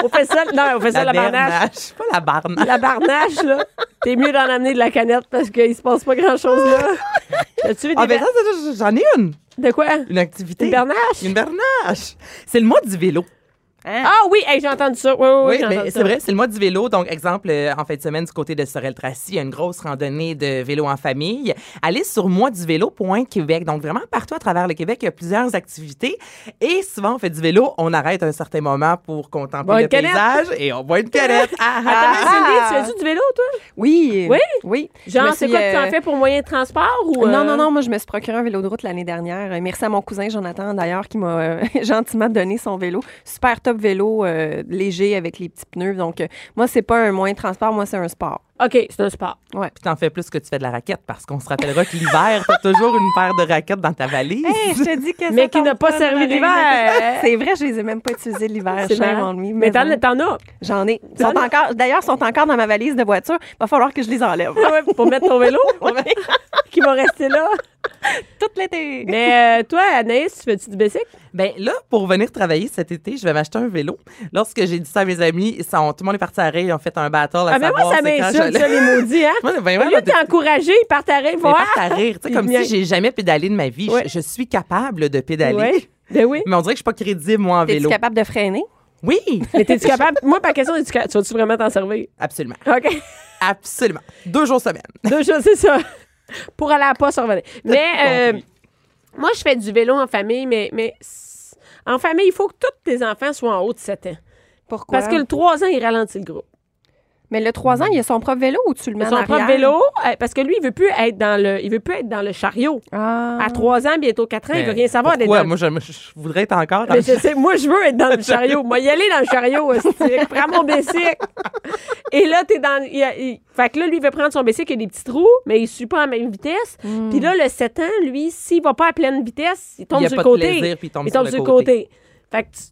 au festival. Non, au
La,
festival de la barnache.
Barnache. Pas la barnache.
La barnache, là. T'es mieux d'en amener de la canette parce qu'il se passe pas grand-chose, là. As-tu vu des
Ah,
ber-
ben, ça, ça, ça, j'en ai une.
De quoi?
Une activité.
Une barnache?
Une barnache. C'est le mois du vélo.
Hein?
Ah oui, hey, j'ai entendu ça. Oui, oui, oui,
Oui,
j'ai
mais
entendu
c'est
ça.
vrai, c'est le mois du vélo. Donc, exemple, euh, en fin de semaine, du côté de Sorel-Tracy, il y a une grosse randonnée de vélo en famille. Allez sur moisduvélo.québec. Donc, vraiment, partout à travers le Québec, il y a plusieurs activités. Et souvent, on fait du vélo, on arrête à un certain moment pour contempler
Boire une
le
canette.
paysage et on boit une canette. Ah, ah.
Attends, Cindy, tu fais du vélo, toi?
Oui.
Oui?
Oui. Je
Genre,
me
c'est
suis,
quoi que tu
euh,
en fais pour moyen de transport ou. euh,
Non, non, non, moi, je me suis procuré un vélo de route l'année dernière. Euh, Merci à mon cousin Jonathan, d'ailleurs, qui m'a euh, gentiment donné son vélo. Super top vélo, euh, léger avec les petits pneus. Donc, euh, moi, c'est pas un moyen de transport, moi, c'est un sport.
OK, c'est un sport.
Puis t'en fais plus que tu fais de la raquette parce qu'on se rappellera que l'hiver, t'as toujours une paire de raquettes dans ta valise.
je te dis que
Mais qui n'a pas servi l'hiver.
C'est vrai, je les ai même pas utilisés l'hiver.
C'est
shame
marrant.
on me,
Mais t'en
bon.
t'en as
J'en ai. Ils sont
T'en as-
encore, d'ailleurs, ils sont encore dans ma valise de voiture. Va falloir que je les enlève.
Ah ouais, pour mettre ton vélo qui va rester là.
Tout l'été.
Mais euh, toi, Anaïs, tu fais-tu du bicycle?
Ben là, pour venir travailler cet été, je vais m'acheter un vélo. Lorsque j'ai dit ça à mes amis, ils sont, tout le monde est parti à rire, ils ont fait un battle à
Ah, mais moi,
savoir
ça
c'est quand
m'insulte,
je-
ça, les maudits, hein?
Moi, ben,
Au
ouais,
lieu de t'encourager, ils partent à rire,
mais
voir.
pas à rire, tu sais, comme
Bien.
si j'ai jamais pédalé de ma vie. Je-
Ouais.
Je, suis capable de pédaler.
Oui. Ben oui.
Mais on dirait que je suis pas crédible, moi, en
T'es-tu
vélo.
capable de freiner?
Oui,
Mais t'es-tu capable? Moi, par question, es-tu capable? Tu vas-tu vraiment t'en servir?
absolument.
OK.
Absolument. Deux jours semaine.
Deux choses, c'est ça. Pour aller à la poste, on revenait. Mais euh,
compris.
moi, je fais du vélo en famille, mais, mais s- en famille, il faut que tous tes enfants soient en haut de 7 ans.
Pourquoi?
Parce que le 3 ans, il ralentit le groupe.
Mais le 3 ans, il a son propre vélo ou tu le mets en
Son propre
arrière?
vélo, euh, parce que lui, il veut plus être dans le, il veut plus être dans le chariot.
Ah.
À 3 ans, bientôt 4 ans, il veut
Ben,
rien savoir d'être
pourquoi?
dans le
Moi, je, je voudrais être encore dans
Mais
le
je sais, moi, je veux être dans le chariot. Moi, y aller dans le chariot, hostie. prends mon bicycle. Et là, t'es dans. il y a- il- fait que là, lui, il veut prendre son bicycle, il y a des petits trous, mais il suit pas à la même vitesse.
Hmm.
Puis là, le 7 ans, lui, s'il va pas à pleine vitesse, il tombe
Il y a
sur
pas
le
de
côté.
plaisir, puis il tombe
il tombe
sur
sur
le
le côté. Fait que tu-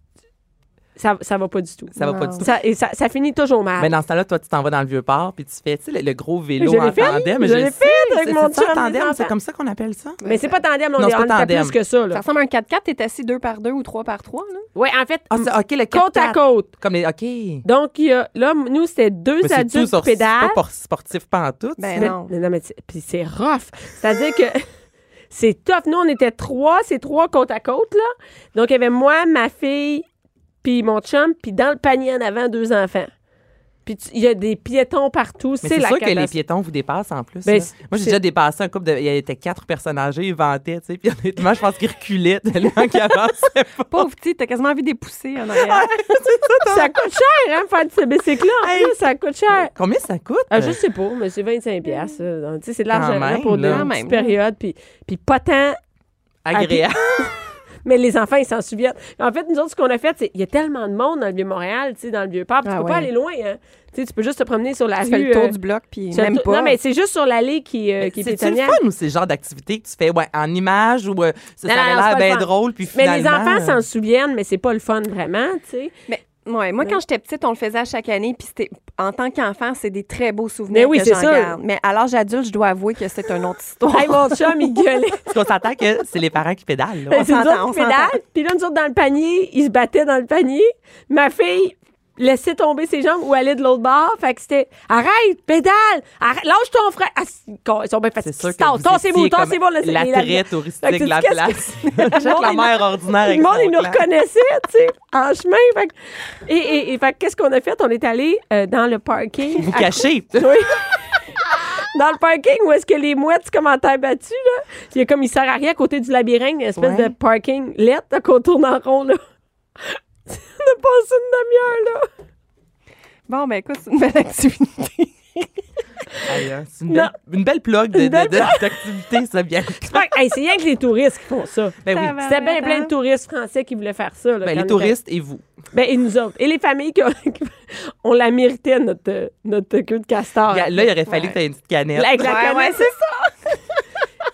ça, ça va pas du tout.
Ça va pas
Non.
du tout.
Ça, et ça, ça finit toujours mal.
Mais dans ce temps-là, toi, tu t'en vas dans le vieux port, puis tu fais tu sais, le, le gros vélo
Ah. Je l'ai
en
fait,
tandem.
je
le
l'ai
sais,
fait avec
c'est-
mon
c'est ça,
chum, mes
tandem, c'est
enfants.
comme ça qu'on appelle ça?
Mais c'est pas tandem, on
Non,
est
c'est
on
pas
est à plus
tandem.
que ça.
Ça
Là.
ressemble à un 4x4, t'es assis 2 par 2 ou 3 par 3 là.
Ouais, en fait,
Ah, c'est- OK, le
côte à
4x4.
côte.
Comme les... OK. Mais
Donc, il y a, là, nous, c'était deux
c'est tout
adultes
sur- c'est
pédales.
pas pour- sportif pantoute.
Ben
Mais-
non.
mais non, mais c'est- puis c'est rough. C'est-à-dire que c'est tough. Nous, on était trois, c'est trois côte à côte, là. Donc, il y avait moi, ma fille, puis mon chum, puis dans le panier en avant, deux enfants. Puis tu- il y a des piétons partout.
Mais
C'est
c'est
la
sûr que les
catastrophe.
piétons vous dépassent en plus.
Ben,
là.
c'est-
Moi, j'ai
c'est-
déjà dépassé un couple de. Il y avait quatre personnes âgées, ils vantaient, tu sais. Puis honnêtement, je pense qu'ils reculaient tellement qu'ils avançaient pas.
Pauvre petit, t'as quasiment envie d'épousser en arrière.
Ça coûte cher, hein, faire de ce bicycle-là. En plus, ça coûte cher.
Combien ça coûte? euh,
Ah, je sais pas, mais c'est 25 piastres. là. Donc, tu sais, C'est de l'argent
Quand
là,
même,
pour des
là.
Quand
petites
même.
périodes. Puis, puis pas tant
Agréable.
Mais les enfants, ils s'en souviennent. En fait, nous autres, ce qu'on a fait, c'est il y a tellement de monde dans le Vieux-Montréal, tu sais, dans le Vieux-Port, puis tu
Ah
peux pas
ouais.
aller loin. Hein. Tu sais, tu peux juste te promener sur la
Ah, Tu
rue.
fais le
euh,
tour du bloc puis
sur le
même
tour-
pas.
Non, mais c'est juste sur l'allée qui, euh, qui est
C'est-tu le
pétanière.
fun ou c'est le genre d'activité que tu fais ouais, en image ou euh, ça,
Non,
ça
non, non, c'est pas
avait l'air
le
bien
fun.
drôle? Puis
Mais les
finalement,
enfants s'en
euh,
souviennent, mais c'est pas le fun vraiment, tu sais.
Mais ouais, moi quand j'étais petite, on le faisait à chaque année puis c'était en tant qu'enfant, c'est des très beaux souvenirs
Mais oui,
que
c'est
j'en
sûr.
garde. Mais à l'âge adulte, je dois avouer que c'est une autre histoire.
Hey, mon chum, il gueulait.
Parce qu'on s'entend que c'est les parents qui pédalent. là.
Ben, C'est nous
s'entend,
autres
on
qui pédalent. Puis là, nous autres, dans le panier, il se battait dans le panier. Ma fille laissait tomber ses jambes ou allait de l'autre bord. Fait que c'était Arrête, pédale, arrête, lâche ton frère. Ah, c'est- ils sont bien fatigués.
C'est sûr que
Tassez-vous,
vous
tassez-vous,
étiez comme
tassez-vous. là, c'est-
la
il a-
traite
Fait que
touristique de la
tu dis, qu'est-ce
place. Check la mère ordinaire
Tout
avec
le monde,
son
il nous
claque.
reconnaissait, tu sais, en chemin. Fait que- et et, et fait que qu'est-ce qu'on a fait? On est allé euh, dans le parking.
Vous
à-
cachez.
Oui. Dans le parking où est-ce que les mouettes, c'est comme en terre battue, là. Il y a comme, il sert à rien à côté du labyrinthe, une espèce
Ouais.
de parking lettre là, qu'on tourne en rond, là. On a passé une demi-heure, là.
Bon ben écoute, c'est une belle activité.
Aïe, hein, C'est une belle- une belle plug de-
Une belle
de- de- d'activité, ça, bien.
Fait que, hey, c'est rien que les touristes qui font ça.
Ben oui.
va.
C'était bien plein de touristes français qui voulaient faire ça. là,
Ben,
quand
les
on était-
touristes et vous.
Ben, et nous autres. Et les familles qui ont, qui- on la méritait, notre, notre queue de castor.
Il y a- Là, il aurait fallu que tu aies une petite canette. Ah,
Avec Ah, la
Ouais,
canette.
ouais, c'est ça.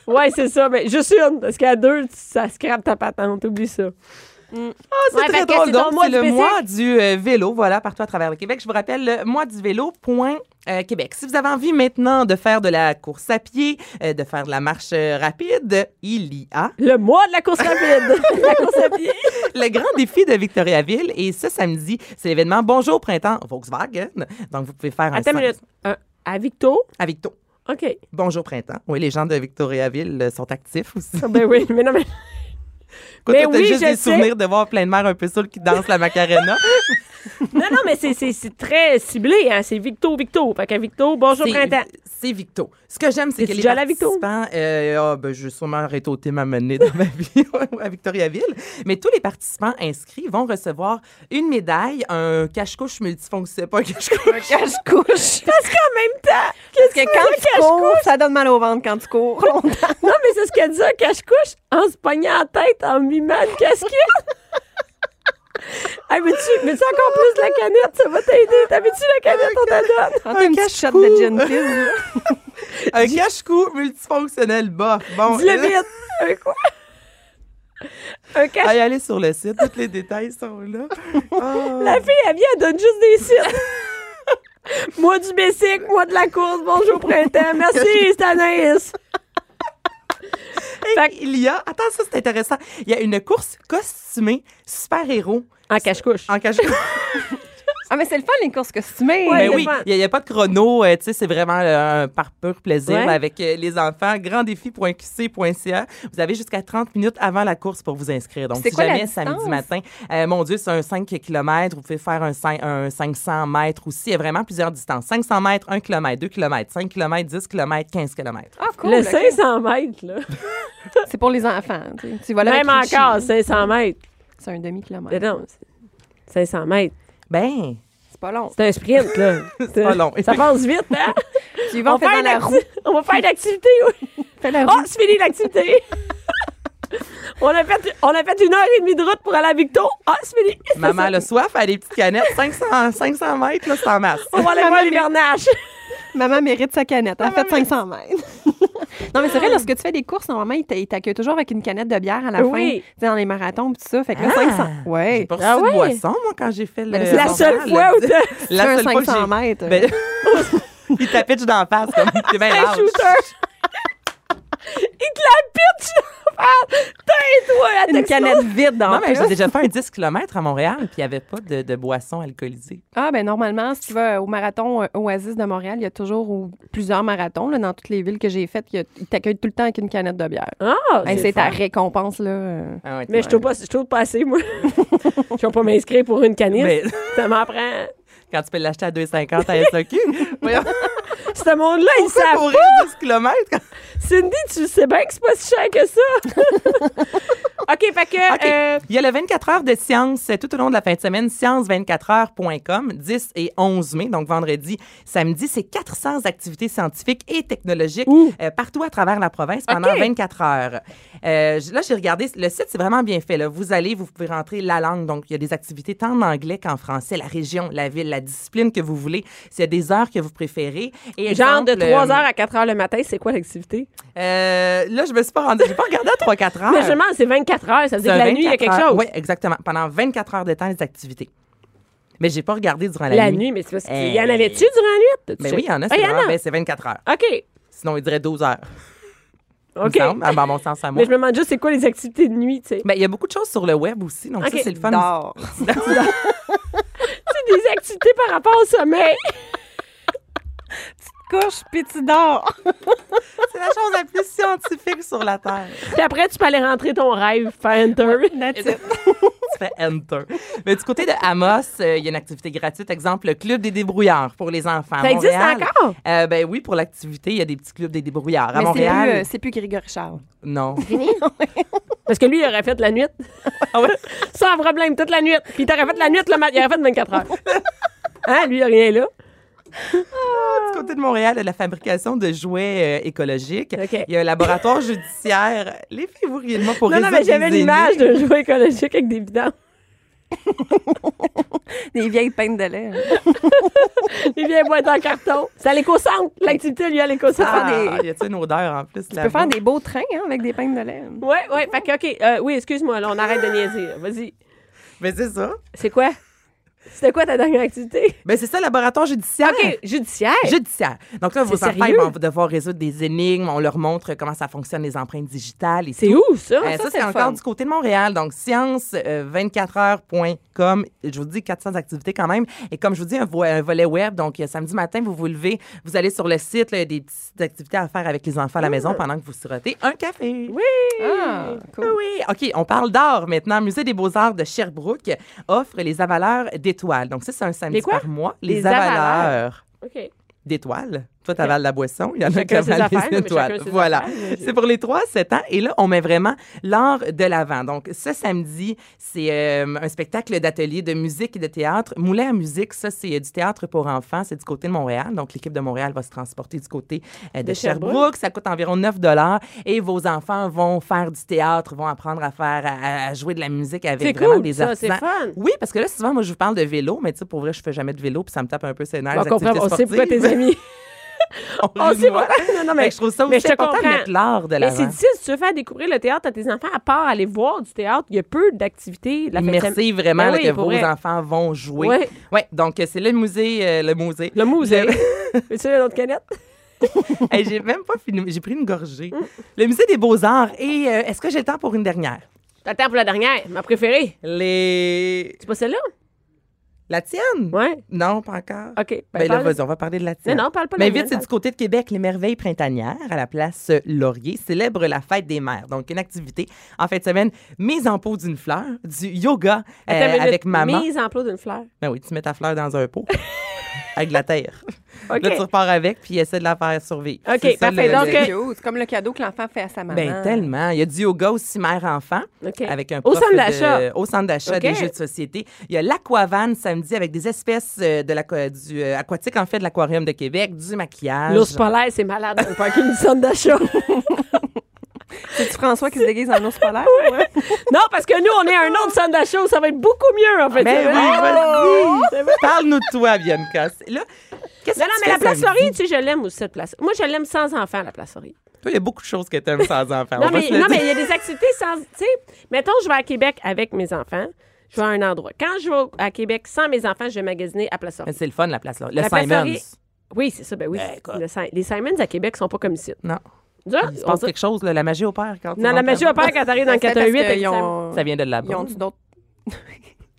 Ouais, c'est ça. Mais juste une, parce qu'à deux, tu- ça scrape ta patente. Oublie ça.
Ah, c'est
Ouais, fait
très
que
drôle.
c'est ton
Donc,
mois
c'est
du
le
bicycle.
mois du euh, vélo, voilà, partout à travers le Québec. Je vous rappelle, le mois du vélo. point, euh, Québec. Si vous avez envie maintenant de faire de la course à pied, euh, de faire de la marche euh, rapide, il y a
Le mois de la course rapide. la course à pied.
le grand défi de Victoriaville. Et ce samedi, c'est l'événement Bonjour Printemps Volkswagen. Donc, vous pouvez faire un
Attends une
sens
minute. Un- à Victo.
avec tout.
OK.
Bonjour Printemps. Oui, les gens de Victoriaville euh, sont actifs aussi.
Ah ben oui, mais non, mais.
Quoi,
Mais
toi, t'as
oui,
juste
je
des
sais.
souvenirs de voir plein de mères un peu saoules qui dansent la macarena.
Non, non, mais c'est- c'est c'est très ciblé. Hein? C'est Victo, Victo. Fait que Victo, bonjour
C'est-
printemps.
C'est Victo. Ce que j'aime, c'est
T'es-tu
que les
déjà allée à Victo?
participants... euh, ah, ben, je vais sûrement arrêter au thème à mener dans ma vie à Victoriaville. Mais tous les participants inscrits vont recevoir une médaille, un cache-couche multifonctionnel. Pas un cache-couche.
Parce
Cache-couche.
qu'en même temps, qu'est-ce
Parce que
que
quand tu
cache
cours, ça donne mal au ventre quand tu cours longtemps.
Non, mais c'est ce qu'elle dit, hein, cache-couche, en se pognant la tête, en mimant une casquette. hey, veux-tu, veux-tu encore plus la canette? Ça va t'aider. T'avais-tu la canette, on t'a donne?
Prends-toi une petite shot de gin fizz. là.
un cache-cou multifonctionnel bas. Bon, euh,
Dis-le vite. Un quoi? Un cache
Allez, allez sur le site, tous les détails sont là. Ah.
La fille, elle vient, elle donne juste des sites. moi du Bessic, moi de la course, bonjour printemps. Merci, c'est Anaïs. Fait que-
Il y a, attends, ça c'est intéressant. Il y a une course costumée super-héros
En cache-couche.
en cache
Ah, mais c'est le fun, les courses costumées.
Ouais,
Mais
le
oui,
fun.
il n'y a, pas de chrono, euh, tu sais, c'est vraiment euh, un par pur plaisir
Ouais.
là, avec euh, les enfants. Granddéfi.qc.ca. Vous avez jusqu'à 30 minutes avant la course pour vous inscrire. Donc,
C'est
si
quoi la
jamais samedi
distance?
matin, euh, mon Dieu, c'est un 5 km, vous pouvez faire un, cin- un 500 mètres aussi. Il y a vraiment plusieurs distances. 500 mètres, 1 km, 2 km, 5 km, 10 km, 15 km.
Ah, cool.
le
ok.
500 mètres, là.
C'est pour les enfants. Tu, sais. Tu vas là
Même
avec Richie.
encore, 500 mètres.
C'est un
Mais
demi-kilomètre.
non, c'est- 500 mètres.
Ben,
C'est pas long.
C'est un sprint, là. c'est
pas long.
Ça passe vite, hein?
Tu y vas en faisant
fait
la
une
roue.
acti- on va faire une activité, oui.
Fais la
Oh,
roue.
c'est fini l'activité. on, a fait, on a fait une heure et demie de route pour aller à Victo. Ah, c'est fini.
maman a soif, elle a des petites canettes. 500, 500 mètres, là, c'est en masse.
On va aller voir l'hivernage.
Maman mérite sa canette. hein, Elle a fait 500 mètres. non, mais c'est vrai, lorsque tu fais des courses, normalement, ils t'a- ils t'accueillent toujours avec une canette de bière à la
Oui.
fin. Tu sais, dans les marathons pis tout ça. Fait que là,
Ah.
500.
J'ai
Ouais.
pas reçu
Ah ouais? Ben,
de boisson, moi, quand j'ai fait le.
Mais
C'est la
le
seule
Montréal,
fois où
le-
t'as
La
C'est un
seule fois que
500
j'ai-
mètres.
Ben, il t'a pitché dans la face, comme. T'es bien
un
large.
shooter. Il te la pitch dans
Ah!
la face. Tais-toi, elle
Une
t'explose.
canette vide dans
Non, mais
plus.
j'ai déjà fait un 10 km à Montréal, puis il n'y avait pas de, de boisson alcoolisée.
Ah, ben normalement, si tu vas au marathon euh, Oasis de Montréal, il y a toujours ou plusieurs marathons. Là, dans toutes les villes que j'ai faites, il y a- ils t'accueillent tout le temps avec une canette de bière.
Ah,
Hey,
c'est
c'est
fun.
ta récompense, là. euh.
Ah ouais,
Mais je trouve pas, je trouve pas assez, moi. Je vais pas m'inscrire pour une canisse.
Mais-
Ça m'en prend.
Ben, Quand tu peux l'acheter à 2,50 à SAQ. Voyons,
Ce monde-là, ils
ça
savent
courir 10 km.
Cindy, tu sais bien que c'est pas si cher que ça. OK, fait que.
OK.
euh,
Il y a le 24 heures de science euh, tout au long de la fin de semaine, science24heures.com, 10 et 11 mai, donc vendredi, samedi. C'est 400 activités scientifiques et technologiques
Ouh.
euh, partout à travers la province pendant
OK.
24 heures. Euh, j- là, j'ai regardé, le site, c'est vraiment bien fait. Là. Vous allez, vous pouvez rentrer la langue. Donc, il y a des activités tant en anglais qu'en français, la région, la ville, la discipline que vous voulez. S'il y a des heures que vous préférez. Et
genre de
exemple,
3
euh,
h à 4 h le matin, c'est quoi l'activité?
euh, là, je me suis pas rendue, j'ai pas regardé à 3-4 heures.
Mais je me demande, c'est 24 heures. Ça veut dire que la nuit, il y a quelque chose.
Oui, exactement. Pendant 24 heures de temps, les activités. Mais j'ai pas regardé durant la,
La nuit, mais c'est parce que. Il y en avait-tu durant la nuit? T'as-tu
Mais
checké?
oui, il y en a, c'est
Ah,
vraiment- ben, c'est 24 heures.
OK.
Sinon, il dirait 12 heures.
OK.
Il me semble, à à mon sens, à moi.
Mais je me demande juste, c'est quoi les activités de nuit, tu sais?
Ben, il y a beaucoup de choses sur le web aussi, donc
Ok.
ça, c'est le fun.
Dors.
C'est des activités par rapport au sommeil.
Couche, puis tu dors.
c'est la chose la plus scientifique sur la Terre.
Puis après, tu peux aller rentrer ton rêve, faire enter.
That's it.
tu fais enter. Mais du côté de Amos, euh, il y a une activité gratuite, exemple le club des débrouillards pour les enfants.
Ça existe
Montréal,
encore?
euh, ben oui, pour l'activité, il y a des petits clubs des débrouillards. À
Mais c'est plus,
Montréal,
euh, c'est plus Grégory Charles.
euh,
non.
Parce que lui, il aurait fait la nuit. Sans problème, toute la nuit. Puis il t'aurait fait la nuit le matin. Il aurait fait 24 heures. Hein? Lui, il a rien là.
du côté de Montréal, il y a de la fabrication de jouets euh, écologiques.
OK.
Il y a un laboratoire judiciaire. Les filles, vous riez de moi pour
Non, non, mais
résoudre
j'avais
les
l'image
énigmes.
d'un jouet écologique avec des bidons.
Des vieilles peintes de lait. hein.
Il vient boire en carton. C'est à l'éco-centre. L'activité, lui, à l'éco-centre.
Ah,
faire des-
y a-t-il une odeur en plus
Tu peux faire des beaux trains hein, avec des peintes de lait.
Ouais, ouais. Fait que, OK. euh, oui, excuse-moi, là, on arrête de niaiser. Vas-y.
Mais c'est ça.
C'est quoi? C'était quoi ta dernière activité?
Ben, c'est ça, laboratoire judiciaire.
OK, judiciaire.
Judiciaire. Donc là, vos
C'est
enfants ils
sérieux?
vont devoir résoudre des énigmes. On leur montre comment ça fonctionne, les empreintes digitales. et
C'est
tout.
où, Ah, ça?
Euh, ça,
Ça, c'est
c'est
le
encore
fun.
du côté de Montréal. Donc, euh, science24heures.com. je vous dis 400 activités quand même. Et comme je vous dis, un, vo- un volet web. Donc, euh, samedi matin, vous vous levez, vous allez sur le site, là, il y a des petites activités à faire avec les enfants à la maison pendant que vous sirotez un café. Oui!
Ah, cool.
Oui, OK, on parle d'art maintenant. Musée des beaux-arts de Sherbrooke offre les avaleurs d'étoiles. Donc, ça, c'est un samedi
Les quoi?
par mois.
Les
Les, avaleurs,
avaleurs. OK.
d'étoiles. Toi, t'avales la boisson, il y en a qui
Chacun ses
avalent
affaires, mais
les étoiles.
chacun ses
Voilà.
affaires, mais j'ai-
C'est pour les 3-7 ans. Et là, on met vraiment l'art de l'avant. Donc, ce samedi, c'est euh, un spectacle d'atelier de musique et de théâtre. Moulet à musique, ça, c'est euh, du théâtre pour enfants. C'est du côté de Montréal. Donc, l'équipe de Montréal va se transporter du côté euh, de,
De Sherbrooke.
Sherbrooke. Ça coûte environ 9 Et vos enfants vont faire du théâtre, vont apprendre à faire, à, à jouer de la musique
C'est
avec vraiment
cool,
des
ça, c'est
artisans.
fun.
Oui, parce que là, souvent, moi, je vous parle de vélo, mais tu sais, pour vrai, je fais jamais de vélo, puis ça me tape un peu ses nerfs.
On
les
comprend,
activités
on sait pourquoi
sportives.
tes amis. On
rit de
sait
moi.
pourquoi. Non, non, mais-
Fait que je trouve ça aussi
mais je te
important de
comprends.
mettre l'art de
Mais
l'avant.
c'est difficile, si tu veux faire découvrir le théâtre à tes enfants, à part aller voir du théâtre, il y a peu d'activités. La fin de
Merci
semaine.
vraiment
Ben
là,
oui,
que
pour
vos
vrai.
enfants vont jouer.
Ouais.
Ouais, donc euh, c'est le musée, euh, le musée.
Le musée.
Le-
Veux-tu une autre canette?
Hey, j'ai même pas fini, j'ai pris une gorgée.
Mm.
Le musée des beaux arts. Et euh, est-ce que j'ai le temps pour une dernière
T'attends pour la dernière, ma préférée.
Les,
C'est pas celle-là?
la tienne
Ouais.
Non, pas encore.
OK. Ben,
Ben, là,
parle-
vas-y, on va parler de la tienne.
Non, non, parle pas de
Mais
la mienne,
vite, c'est
parle.
du côté de Québec, les merveilles printanières à la place euh, Laurier célèbrent la fête des mères. Donc, une activité en fin de semaine, mise en pot d'une fleur, du yoga euh,
Attends une minute.
avec maman.
Mise en plot d'une fleur.
Ben oui, tu mets ta fleur dans un pot avec de la terre.
OK.
Là, tu repars avec, puis essaie de la faire survivre.
OK,
C'est ça,
parfait.
le-
Donc,
le-
euh, Ah.
C'est cute. C'est comme le cadeau que l'enfant fait à sa maman.
ben tellement. Il y a du yoga aussi mère-enfant.
OK.
Avec un
Au
prof
centre
de-
d'achat.
Au centre d'achat
OK.
des jeux de société. Il y a l'aquavan samedi avec des espèces euh, de l'aqua- du euh, aquatique, en fait, de l'aquarium de Québec, du maquillage.
L'ours polaire, c'est malade dans le parking du centre d'achat.
C'est François qui se déguise en ours polaire. Ouais.
non, parce que nous, on est à un autre centre d'achat où ça va être beaucoup mieux, en fait.
Ben
C'est
oui,
vrai.
vas-y.
C'est vrai.
Parle-nous de toi, Bianca. C'est- Là, qu'est-ce
Non,
que
non,
tu
mais la
fais
place
samedi?
Fleury, tu sais, je l'aime aussi, cette place. Moi, je l'aime sans enfant, la place Fleury.
Toi, il y a beaucoup de choses que t'aimes sans enfant.
Non,
on va
mais
se le
non, mais
dire.
il y a des activités sans. Tu sais, mettons, je vais à Québec avec mes enfants. Je vais à un endroit. Quand je vais au- à Québec sans mes enfants, je vais magasiner à Place
Mais
Fleury.
c'est le fun, la place Laurier. Le
La place
Simons.
Laurier- Oui, c'est ça, ben oui.
Ben, écoute.
Le Si- les Simons à Québec sont pas comme ici.
Non.
Nous autres,
Il se
on
passe
dit-
quelque chose, là, la magie opère quand tu
Oh, Non, la
rentres
magie
là-bas.
opère quand t'arrives dans le
C'est parce
418
que
avec
ils
les Simons.
ont-
Ça vient de là-bas.
Ils ont-tu d'autres.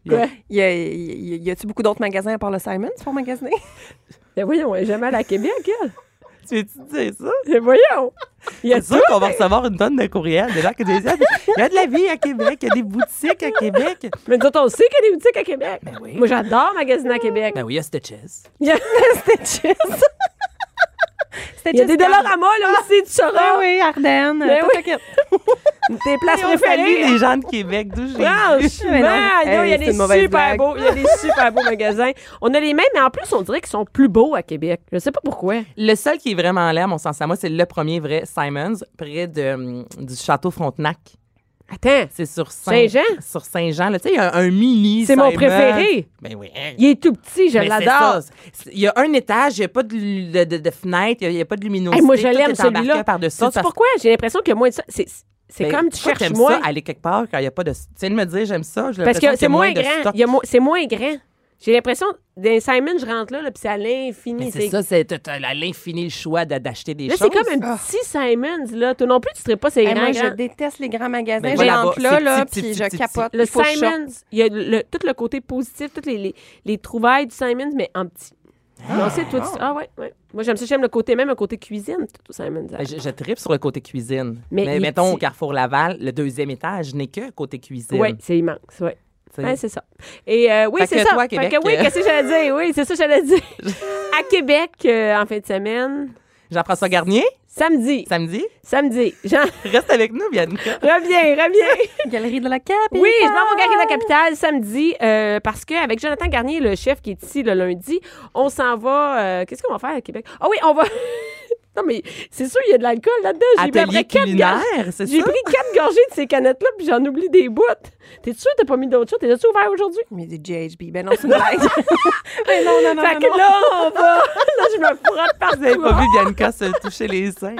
Quoi?
Y a- y- y- y a-tu beaucoup d'autres magasins à part le Simons pour magasiner?
Ben voyons, elle est jamais allée à Québec, elle.
Tu veux-tu dire ça?
Ben voyons. Il y a
C'est sûr
tout.
qu'on va recevoir une tonne de courriels de gens qui disent Ah, mais il y a de la vie à Québec, il y a des boutiques à Québec.
Mais nous autres, on sait qu'il y a des boutiques à Québec.
oui.
Moi, j'adore magasiner à Québec.
Ben oui, il y a Stitches.
Il y a,
C'était juste. C'était
il y a des
juste
dollars à moi, là aussi, tu
Ah
sauras.
oui, Ardennes.
Ben
tout
oui.
le kit.
Tes places
Et on salue
préférées.
les gens de Québec, d'où j'ai
Ah! Franchement,
Mais non.
non, il y a
Hey, c'est
des
une mauvaise
super
blague.
beaux, il y a des super beaux magasins. On a les mêmes, mais en plus, on dirait qu'ils sont plus beaux à Québec. Je sais pas pourquoi.
Le seul qui est vraiment en l'air, mon sens à moi, c'est le premier vrai Simons, près de, hum, du château Frontenac.
Attends,
C'est sur Saint-
Saint-Jean?
Sur Saint-Jean, là. Tu sais, il y a un mini.
c'est mon
Simons.
préféré.
Ben oui.
Il est tout petit, je
Mais c'est
l'adore.
ça. C'est- Il y a un étage, il n'y a pas de, lu- de, de- de fenêtre, il y a- il n'y a, pas de luminosité.
Hey, moi, je
tout
l'aime
est embarqué
celui-là.
par-dessus
Sais-tu
parce-
pourquoi? J'ai l'impression qu'il y a moins de ça. C'est, c'est
Ben,
comme tu
toi,
cherches
t'aimes
moins.
ça aller quelque part quand il n'y a pas de. Tu viens de me dire, j'aime ça. j'ai
Parce que
l'impression qu'il y
c'est
a
moins
de
grand.
stock.
Il y a mo- c'est moins grand. J'ai l'impression, d'un Simon, je rentre là, là puis c'est à
Mais
l'infini.
Ben, c'est ça, c'est t'as- t'as à l'infini le choix de- d'acheter des
Là,
choses.
c'est comme un petit Simons, là. Toi non plus, tu ne pas ces
Hey,
grands,
moi, je
grands.
déteste les grands magasins.
Ben,
J'ai
voilà,
l'enclos,
c'est
là,
petit,
puis
petit,
je
petit,
capote.
Le
Il faut que je sorte.
Simons, il y a le- tout le côté positif, toutes les, les, les trouvailles du Simons, mais en petit. non, c'est toi, tu- Ah ouais, ouais. Moi, j'aime ça, j'aime le côté même, un côté cuisine, tout au Simons. hein.
Ben, Je, je tripe sur le côté cuisine.
Mais
Mais,
il-
mettons, au
c'est-
Carrefour Laval, le deuxième étage n'est que côté cuisine.
Oui, c'est immense, oui.
T'sais.
Ouais, c'est ça. Et euh, oui,
Fait
c'est
que
ça.
toi, à
Fait
Québec,
que oui,
euh,
qu'est-ce que j'allais dire? Oui, c'est ça que j'allais dire. à Québec, euh, en fin de semaine,
Jean-François Garnier,
samedi.
samedi,
Samedi. Jean,
reste avec nous, Bianca.
reviens, reviens.
Galerie de la Cap.
Oui, je m'en vais au Gary de la Capitale samedi euh, parce qu'avec Jonathan Garnier, le chef qui est ici le lundi, on s'en va. euh, Qu'est-ce qu'on va faire à Québec? Ah oui, on va. non, mais c'est sûr, il y a de l'alcool là-dedans. J'ai pris après
Atelier
quatre
culinaire,
gorgées-
c'est
J'ai
ça?
pris quatre gorgées de ces canettes-là, puis j'en oublie des bouts. T'es-tu sûr que t'as pas mis d'autres choses? T'es-tu ouvert aujourd'hui?
Mais du GHB. Ben non, c'est une blague. ben non, non, non.
fait
non,
que
non.
là, on va. là, je me frotte
Vous n'avez
partout.
pas vu Bianca se toucher les seins.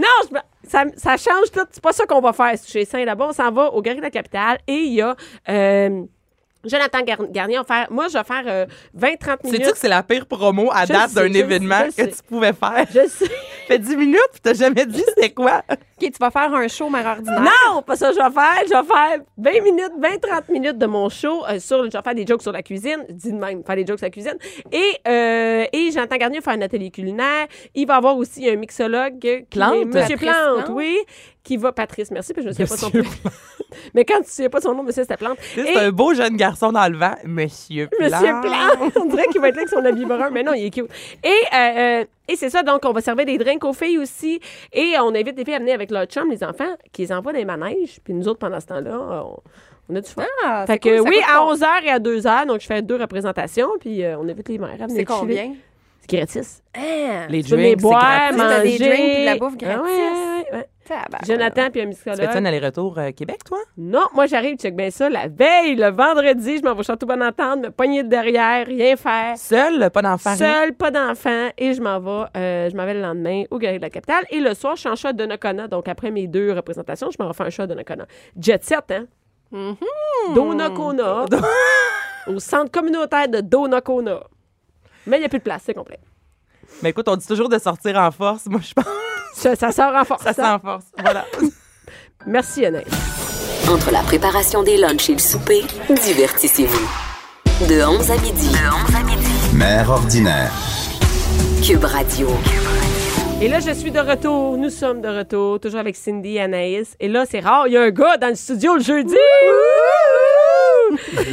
Non, je me- ça, ça change tout. C'est pas ça qu'on va faire chez Saint. Là-bas, on s'en va au Gary de la Capitale et il y a. euh, Jonathan Gar- Garnier, on va faire- moi, je vais faire euh, 20-30 minutes.
Sais-tu que c'est la pire promo à
Je
date
le sais,
d'un
je le
événement
sais, je
que
le
tu
sais.
pouvais faire?
Je sais.
Fait 10 minutes, puis t'as jamais dit c'était quoi?
OK, tu vas faire un show mère ordinaire.
Non, pas ça, je vais faire. Je vais faire 20 minutes, 20-30 minutes de mon show. euh, sur, je vais faire des jokes sur la cuisine. Dis de même, faire des jokes sur la cuisine. Et, euh, et Jonathan Garnier va faire un atelier culinaire. Il va y avoir aussi un mixologue. qui
Plante.
est Monsieur
Patrice
Plante,
Plante.
oui. Qui va, Patrice, merci, parce que je ne sais pas son
Monsieur
nom. Mais quand tu ne sais pas son nom, monsieur, c'était Plante.
C'est
Et-
un beau jeune garçon dans le vent, Monsieur Plan.
Monsieur Plan, on dirait qu'il va être là avec son habit brun, mais non, il est cute. Et, euh, euh, et c'est ça, donc on va servir des drinks aux filles aussi. Et on invite les filles à venir avec leur chum, les enfants, qu'ils envoient des manèges. Puis nous autres, pendant ce temps-là, on, on a du fun.
Ah,
fait
c'est
que
cool, ça
oui,
coûte
à
pas.
11h et à 2h, donc je fais deux représentations, puis euh, on invite les mères à venir
C'est
chiller.
combien?
C'est gratis.
Ah,
Les
Tu peux venir
drinks, c'est
boire,
gratuit. Ah,
man. T'as
manger.
des drinks puis de la bouffe gratis.
Ah ouais, ouais, ouais.
tabarnak.
Jonathan puis un
Tu
mixologue.
fais un aller-retour euh, Québec, toi?
Non, moi j'arrive, check bien ça, la veille, le vendredi, je m'en vais au Château Bonne Entente, me pogner de derrière, rien faire.
Seul, pas d'enfant. rien?
Seul, pas d'enfant, et je m'en vais, euh, je m'en vais le lendemain au Guerrier de la Capitale. Et le soir, je suis en show à Donnacona. Donc, après mes deux représentations, je m'en vais faire un show à Donnacona. Jet set, hein? Donnacona. au centre communautaire de Donnacona. Mais il n'y a plus de place, c'est complet.
Mais écoute, on dit toujours de sortir en force. Moi, je pense
Ça, ça sort en force. hein?
que ça sent en force. Voilà.
Merci, Yannick.
Entre la préparation des lunchs et le souper, divertissez-vous. De 11 à midi. De 11 à midi.
Mère ordinaire.
Cube Radio.
Et là, je suis de retour. Nous sommes de retour, toujours avec Cindy et Anaïs. Et là, c'est rare, il y a un gars dans le studio le jeudi.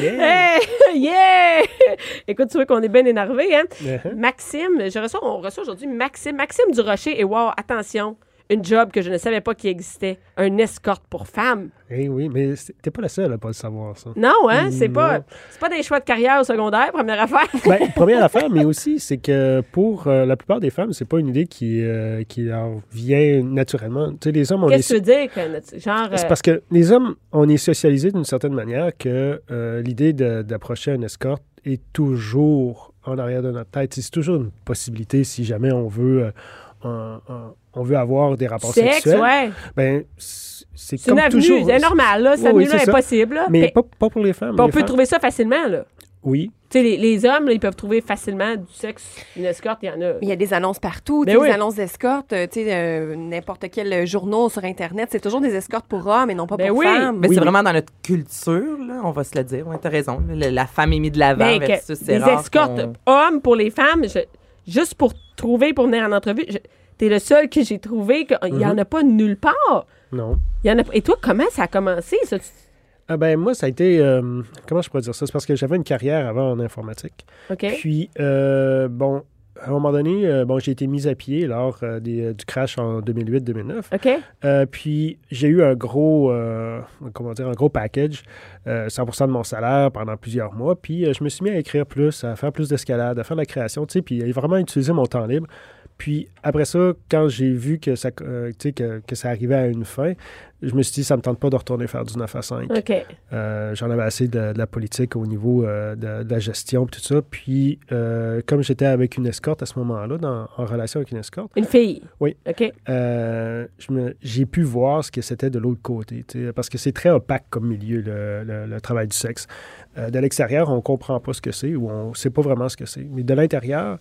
Yeah. yeah! Écoute, tu vois qu'on est bien énervé, hein?
Uh-huh.
Maxime, je reçois, on reçoit aujourd'hui Maxime, Maxime Durocher. Et wow, attention, une job que je ne savais pas qui existait, un escorte pour femmes.
Eh oui, mais c'est- t'es pas la seule à pas le savoir, ça.
Non, hein? C'est
Non.
pas, c'est pas des choix de carrière au secondaire, première affaire.
Ben, première affaire, mais aussi, c'est que pour euh, la plupart des femmes, c'est pas une idée qui, euh, qui leur vient naturellement. Tu sais, les hommes, on
Qu'est-ce que tu
est...
dis? que notre- Genre.
C'est
euh,
parce que les hommes, on est socialisés d'une certaine manière que euh, l'idée de- d'approcher un escorte est toujours en arrière de notre tête. C'est toujours une possibilité si jamais on veut, euh, un- un- on veut avoir des rapports
euh, Sexe,
sexuels.
ouais.
Ben, c'est c'est
C'est une
comme
avenue,
toujours.
c'est normal, là. Cette
Oui, oui,
avenue-là
c'est
est
ça.
possible, là.
Mais
Puis-
pas, pas pour les femmes.
puis on
Les
peut
femmes-
trouver ça facilement, là.
Oui.
Tu sais, les, les hommes, là, ils peuvent trouver facilement du sexe, une escorte, il y en a.
Il y a des annonces partout,
Mais
tu sais,
Ben oui.
des annonces d'escorte, euh, tu sais, euh, n'importe quel euh, journal sur Internet, c'est toujours des escortes pour hommes et non pas
Ben
pour
oui.
femmes.
Mais
Oui,
c'est
mais-
vraiment dans notre culture, là, on va se le dire. Ouais, T'as raison. Le- la femme est mise de l'avant
Mais que
versus
des
c'est rare
escortes
qu'on-
hommes pour les femmes, je- juste pour trouver, pour venir en entrevue, je- t'es le seul que j'ai trouvé, qu'il n'y
Mm-hmm.
en a pas nulle part.
Non.
Il y en a, et toi, comment ça a commencé, ça? Tu-
Ah ben moi, ça a été... euh, comment je pourrais dire ça? C'est parce que j'avais une carrière avant en informatique.
OK?
Puis, euh, bon, à un moment donné, euh, bon, j'ai été mis à pied lors euh, des- euh, du crash en 2008-2009.
OK?
Euh, puis, j'ai eu un gros, euh, comment dire, un gros package, euh, 100 de mon salaire pendant plusieurs mois. Puis, euh, je me suis mis à écrire plus, à faire plus d'escalade, à faire de la création, tu sais, puis à vraiment utiliser mon temps libre. Puis après ça, quand j'ai vu que ça, euh, tu sais, que, que ça arrivait à une fin, je me suis dit, ça me tente pas de retourner faire du 9 à 5.
OK.
Euh, j'en avais assez de, de la politique au niveau euh, de, de la gestion, pis tout ça. Puis, euh, comme j'étais avec une escorte à ce moment-là, dans- en relation avec une escorte,
Une fille?
Oui.
OK?
euh, je me- j'ai pu voir ce que c'était de l'autre côté. tu sais, Parce que c'est très opaque comme milieu, le, le- le travail du sexe. Euh, de l'extérieur, on comprend pas ce que c'est ou on sait pas vraiment ce que c'est. Mais de l'intérieur,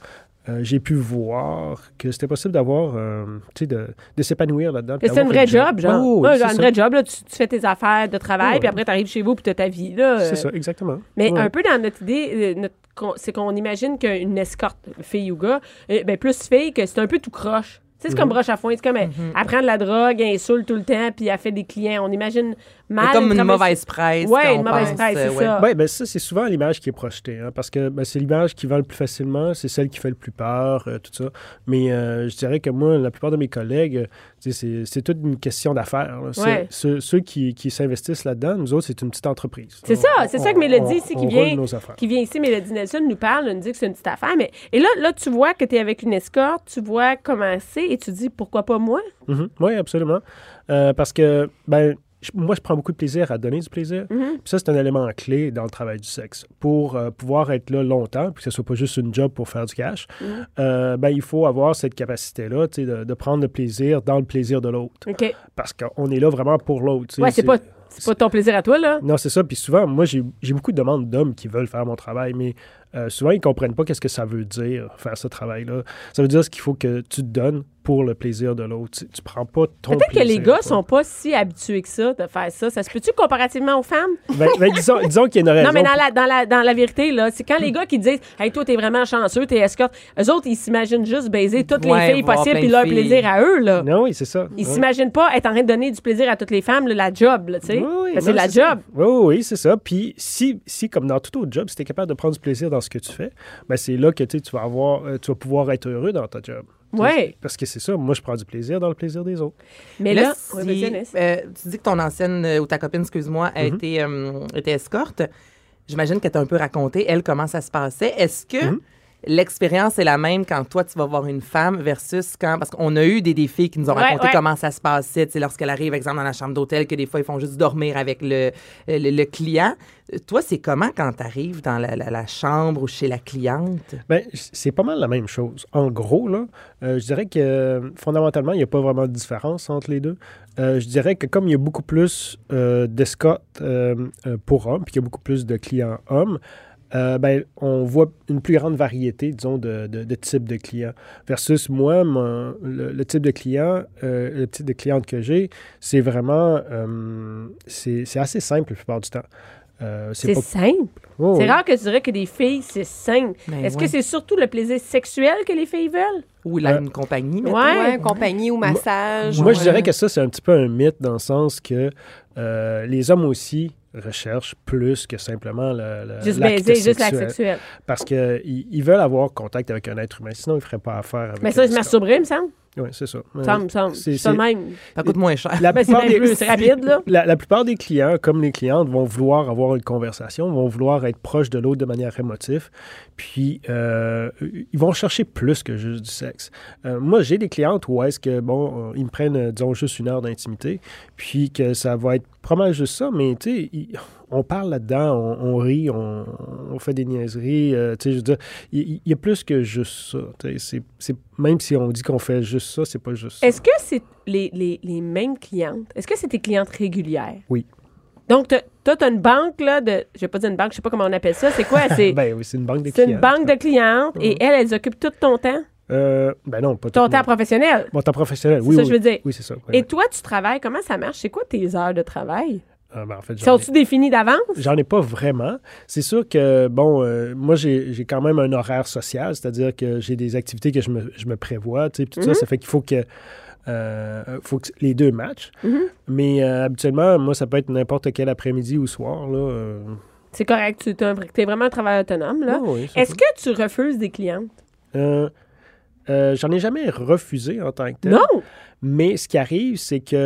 euh, j'ai pu voir que c'était possible d'avoir, euh, tu sais, de, de s'épanouir là-dedans.
Que
puis
C'est une
d'avoir
vraie job, genre.
Oh, oui,
Ouais,
c'est
genre, une
ça. Oh,
vraie job, là, tu, tu fais tes affaires de travail,
Ouais.
puis après, t'arrives chez vous, puis t'as ta vie, là.
C'est
Euh,
ça, exactement.
Mais
Ouais.
un peu dans notre idée, euh, notre con- c'est qu'on imagine qu'une escorte fille ou gars, euh, ben plus fille, que c'est un peu tout croche. Tu sais, c'est comme
Mhm.
broche à foin. C'est comme elle, elle prend de la drogue, elle insulte tout le temps, puis elle fait des clients. On imagine mal.
C'est comme une
travailleuse-
mauvaise presse.
Ouais,
qu'on
une mauvaise
pense,
presse,
euh,
c'est
ouais.
ça.
Oui, ben ça, c'est souvent l'image qui est projetée, hein, parce que ben, c'est l'image qui vend le plus facilement, c'est celle qui fait le plus peur, euh, tout ça. Mais euh, je dirais que moi, la plupart de mes collègues, euh, tu sais, c'est c'est toute une question d'affaires. là. C'est-
Ouais.
Ceux, ceux qui, qui s'investissent là-dedans, nous autres, c'est une petite entreprise.
C'est ça, c'est ça que Mélodie, ici, qui
on
vient-
roule nos affaires.
qui vient ici, Mélodie Nelson nous parle, elle nous dit que c'est une petite affaire. Mais, et là, là, tu vois que tu es avec une escorte, tu vois comment c'est, et tu dis pourquoi pas moi?
Mhm. Oui, absolument. Euh, parce que, ben, je- moi, je prends beaucoup de plaisir à donner du plaisir.
Mhm.
Puis ça, c'est un élément clé dans le travail du sexe. Pour euh, pouvoir être là longtemps, puis que ce soit pas juste une job pour faire du cash,
Mhm.
euh, ben, il faut avoir cette capacité-là, tu sais, de, de prendre le plaisir dans le plaisir de l'autre.
OK.
Parce qu'on est là vraiment pour l'autre. tu sais.
Ouais, c'est pas C'est pas ton plaisir à toi, là.
Non, c'est ça. Puis souvent, moi, j'ai j'ai beaucoup de demandes d'hommes qui veulent faire mon travail, mais euh, souvent, ils comprennent pas qu'est-ce que ça veut dire, faire ce travail-là. Ça veut dire ce qu'il faut que tu te donnes pour le plaisir de l'autre. Tu, tu prends pas ton
Peut-être que les
plaisir,
gars
toi.
sont pas si habitués que ça de faire ça. Ça se peut-tu comparativement aux femmes?
Ben, ben, disons, disons qu'il y a une raison.
Non, mais dans la, dans, la, dans la vérité, là, c'est quand les gars qui disent Hey, toi, t'es vraiment chanceux, t'es escorte, eux autres, ils s'imaginent juste baiser toutes
Ouais,
les filles
voir
possibles
plein
puis
de
leur
filles.
plaisir à eux, là.
Non, oui, c'est ça.
Ils
Ouais.
s'imaginent pas être en train de donner du plaisir à toutes les femmes, là, la job, là, tu sais.
Oui, oui,
Parce que Ben, c'est
non,
la
ça.
job.
Oui, oui, oui, c'est ça. Puis si, si, comme dans tout autre job, si tu es capable de prendre du plaisir dans ce que tu fais, ben c'est là que tu sais, tu vas, avoir, euh, tu vas pouvoir être heureux dans ta job. Tu sais,
Ouais.
Parce que c'est ça, moi, je prends du plaisir dans le plaisir des autres.
Mais là,
si,
Ouais, vas-y, Anaïs.
euh, tu dis que ton ancienne, euh, ou ta copine, excuse-moi, a été, euh, était escorte. J'imagine qu'elle t'a un peu raconté, elle, comment ça se passait. Est-ce que l'expérience est la même quand toi, tu vas voir une femme versus quand... Parce qu'on a eu des, des filles qui nous ont
Ouais,
raconté
ouais.
comment ça se passait, tu sais, lorsqu'elle arrive, exemple, dans la chambre d'hôtel, que des fois, ils font juste dormir avec le, euh, le, le client. Euh, Toi, c'est comment quand tu arrives dans la, la- la chambre ou chez la cliente?
Ben, c'est pas mal la même chose. En gros, là, euh, je dirais que euh, fondamentalement, il n'y a pas vraiment de différence entre les deux. Euh, je dirais que comme il y a beaucoup plus euh, d'escortes euh, euh, pour hommes, puis qu'il y a beaucoup plus de clients hommes, euh, ben, on voit une plus grande variété, disons, de, de, de types de clients. Versus moi, mon- le, le type de client, euh, le type de cliente que j'ai, c'est vraiment, euh, c'est c'est assez simple la plupart du temps. Euh,
C'est
pas-
simple.
Oh,
C'est
oui.
rare que tu dirais que des filles, c'est simple.
Ben
Est-ce
ouais.
que c'est surtout le plaisir sexuel que les filles veulent?
Ou là,
Euh,
une compagnie?
Ouais.
mettons?
Ouais, compagnie ou massage.
Moi,
ou,
je dirais
euh,
que ça, c'est un petit peu un mythe dans le sens que euh, les hommes aussi recherchent plus que simplement le, le-
Juste
Euh, l'acte
baiser, juste l'acte
sexuel.
sexuel.
Parce qu'ils ils veulent avoir contact avec un être humain, sinon ils ne feraient pas affaire avec
Mais ça,
un
je
escorte.
masturberais, il me semble.
Oui, c'est ça.
Il
Ouais.
me semble, il me semble.
C'est-
C'est ça de
c'est-
même.
Ça coûte moins cher.
La
Ben, c'est
plupart,
bien
des,
plus rapide, là.
la, la plupart des clients, comme les clientes, vont vouloir avoir une conversation, vont vouloir être proches de l'autre de manière émotive, puis euh, ils vont chercher plus que juste du sexe. Euh, moi, j'ai des clientes où est-ce que, bon, euh, ils me prennent, euh, disons, juste une heure d'intimité, puis que ça va être probablement juste ça, mais tu sais, ils- on parle là-dedans, on, on rit, on, on fait des niaiseries, euh, tu sais, je veux dire, il il- il y, a plus que juste ça. tu sais, c'est- c'est- même si on dit qu'on fait juste ça, c'est pas juste ça.
Est-ce que c'est les, les- les mêmes clientes? Est-ce que c'est tes clientes régulières?
Oui.
Donc, t'as- toi, tu as une banque, là, de. Je vais pas dire une banque, je sais pas comment on appelle ça. C'est quoi? C'est
Ben Mhm. oui, c'est une banque de
c'est
clients.
une banque de clientes et elles, elles occupent tout ton temps,
Euh, ben non, pas
ton
tout.
temps professionnel.
Mon temps professionnel,
C'est
oui.
ça
oui.
que je veux dire.
Oui, c'est ça. ouais,
Et
ouais.
toi, tu travailles, comment ça marche? C'est quoi tes heures de travail?
Ah, ben en fait, j'en ai-
Sont-tu définies d'avance?
J'en ai pas vraiment. C'est sûr que, bon, euh, moi, j'ai j'ai quand même un horaire social, c'est-à-dire que j'ai des activités que je me, je me prévois, tu sais, puis
Mm-hmm.
tout ça, ça fait qu'il faut que. euh, faut que les deux matchs.
Mm-hmm.
Mais euh, habituellement, moi, ça peut être n'importe quel après-midi ou soir. Là, euh.
C'est correct, tu es vraiment un travail autonome, là.
Ah oui, ça
Est-ce
peut.
que tu refuses des clientes?
Euh, euh, J'en ai jamais refusé en tant que tel.
Non!
Mais ce qui arrive, c'est que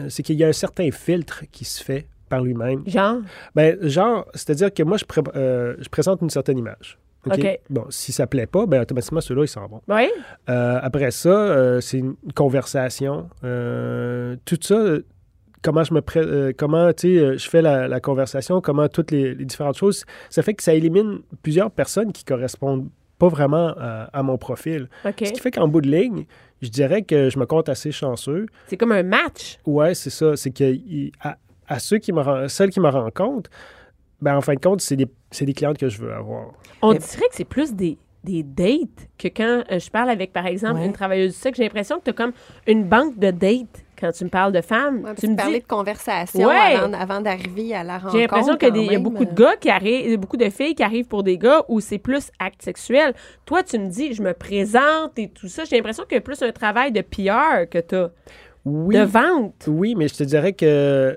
euh, c'est qu'il y a un certain filtre qui se fait par lui-même.
Genre,
Ben, genre, c'est-à-dire que moi, je, pré- euh, je présente une certaine image. OK?
OK.
Bon, si ça plaît pas, ben automatiquement, ceux-là, ils s'en vont.
oui?
Euh, après ça, euh, c'est une conversation. Euh, tout ça, euh, comment je me pré- euh, comment tu sais, euh, je fais la, la conversation, comment toutes les, les différentes choses, ça fait que ça élimine plusieurs personnes qui correspondent pas vraiment à, à mon profil.
OK.
Ce qui fait qu'en bout de ligne, je dirais que je me compte assez chanceux
C'est comme un match.
Ouais, c'est ça. C'est que il- à, à ceux qui me ren- celles qui me rencontrent, ben en fin de compte, c'est des, c'est des clientes que je veux avoir.
On
Mais-
dirait que c'est plus des, des dates que quand euh, je parle avec, par exemple,
Ouais.
une travailleuse du sexe. J'ai l'impression que tu as comme une banque de dates quand tu me parles de femmes.
Ouais,
tu
tu
me
me
dis.
parlais de conversation
Ouais.
avant, avant d'arriver à la rencontre.
J'ai l'impression
quand
qu'il y a
même. euh,
beaucoup de gars qui arrivent, beaucoup de filles qui arrivent pour des gars où c'est plus acte sexuel. Toi, tu me dis, je me présente et tout ça. J'ai l'impression qu'il y a plus un travail de PR que tu
Oui.
de vente.
Oui, mais je te dirais que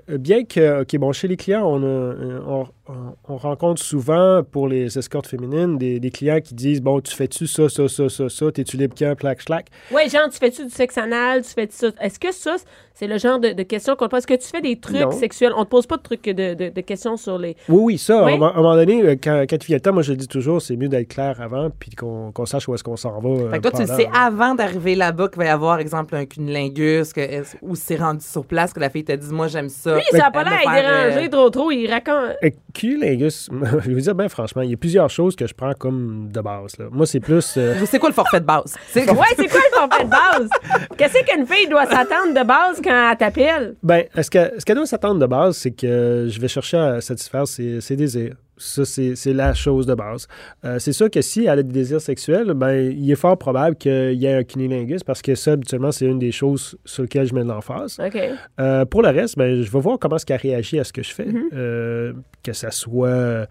euh, bien que, OK, bon, chez les clients, on, a, euh, on, on- on rencontre souvent pour les escortes féminines des, des clients qui disent, bon, tu fais-tu ça, ça, ça, ça, ça, t'es-tu libre qu'un, plaque, schlac.
Ouais, genre, tu fais-tu du sexe anal, tu fais ça. Est-ce que ça, c'est le genre de, de questions qu'on te pose? Est-ce que tu fais des trucs
Non.
sexuels? On te pose pas de trucs de, de- de questions sur les.
Oui, oui, ça,
Oui.
à un moment- à un moment donné, euh, quand, quand il vient le temps, moi, je le dis toujours, c'est mieux d'être clair avant, puis qu'on qu'on sache où est-ce qu'on s'en va. euh,
Fait que toi, tu le
pendant,
sais
là.
avant d'arriver là-bas qu'il va y avoir, exemple, un cunnilingus que, est-ce- ou c'est rendu sur place que la fille t'a dit, moi, j'aime ça.
Lui, ça a pas l'air d'être dérangé trop trop. Il raconte.
Euh, Cunilingus, je vais vous dire, ben franchement, il y a plusieurs choses que je prends comme de base. là. Moi, c'est plus. euh,
C'est quoi le forfait de base? C'est
Ouais, c'est quoi le forfait de base? Qu'est-ce qu'une fille doit s'attendre de base quand elle t'appelle?
Ben, ce que- ce qu'elle doit s'attendre de base, c'est que je vais chercher à satisfaire ses, ses désirs. Ça, c'est c'est la chose de base. Euh, c'est sûr que si elle a des désirs sexuels, ben, il est fort probable qu'il y ait un cunilingus parce que ça, habituellement, c'est une des choses sur lesquelles je mets de l'emphase.
OK.
Euh, pour le reste, ben, je vais voir comment est-ce qu'elle réagit à ce que je fais.
Mhm.
Euh, que ça soit, euh,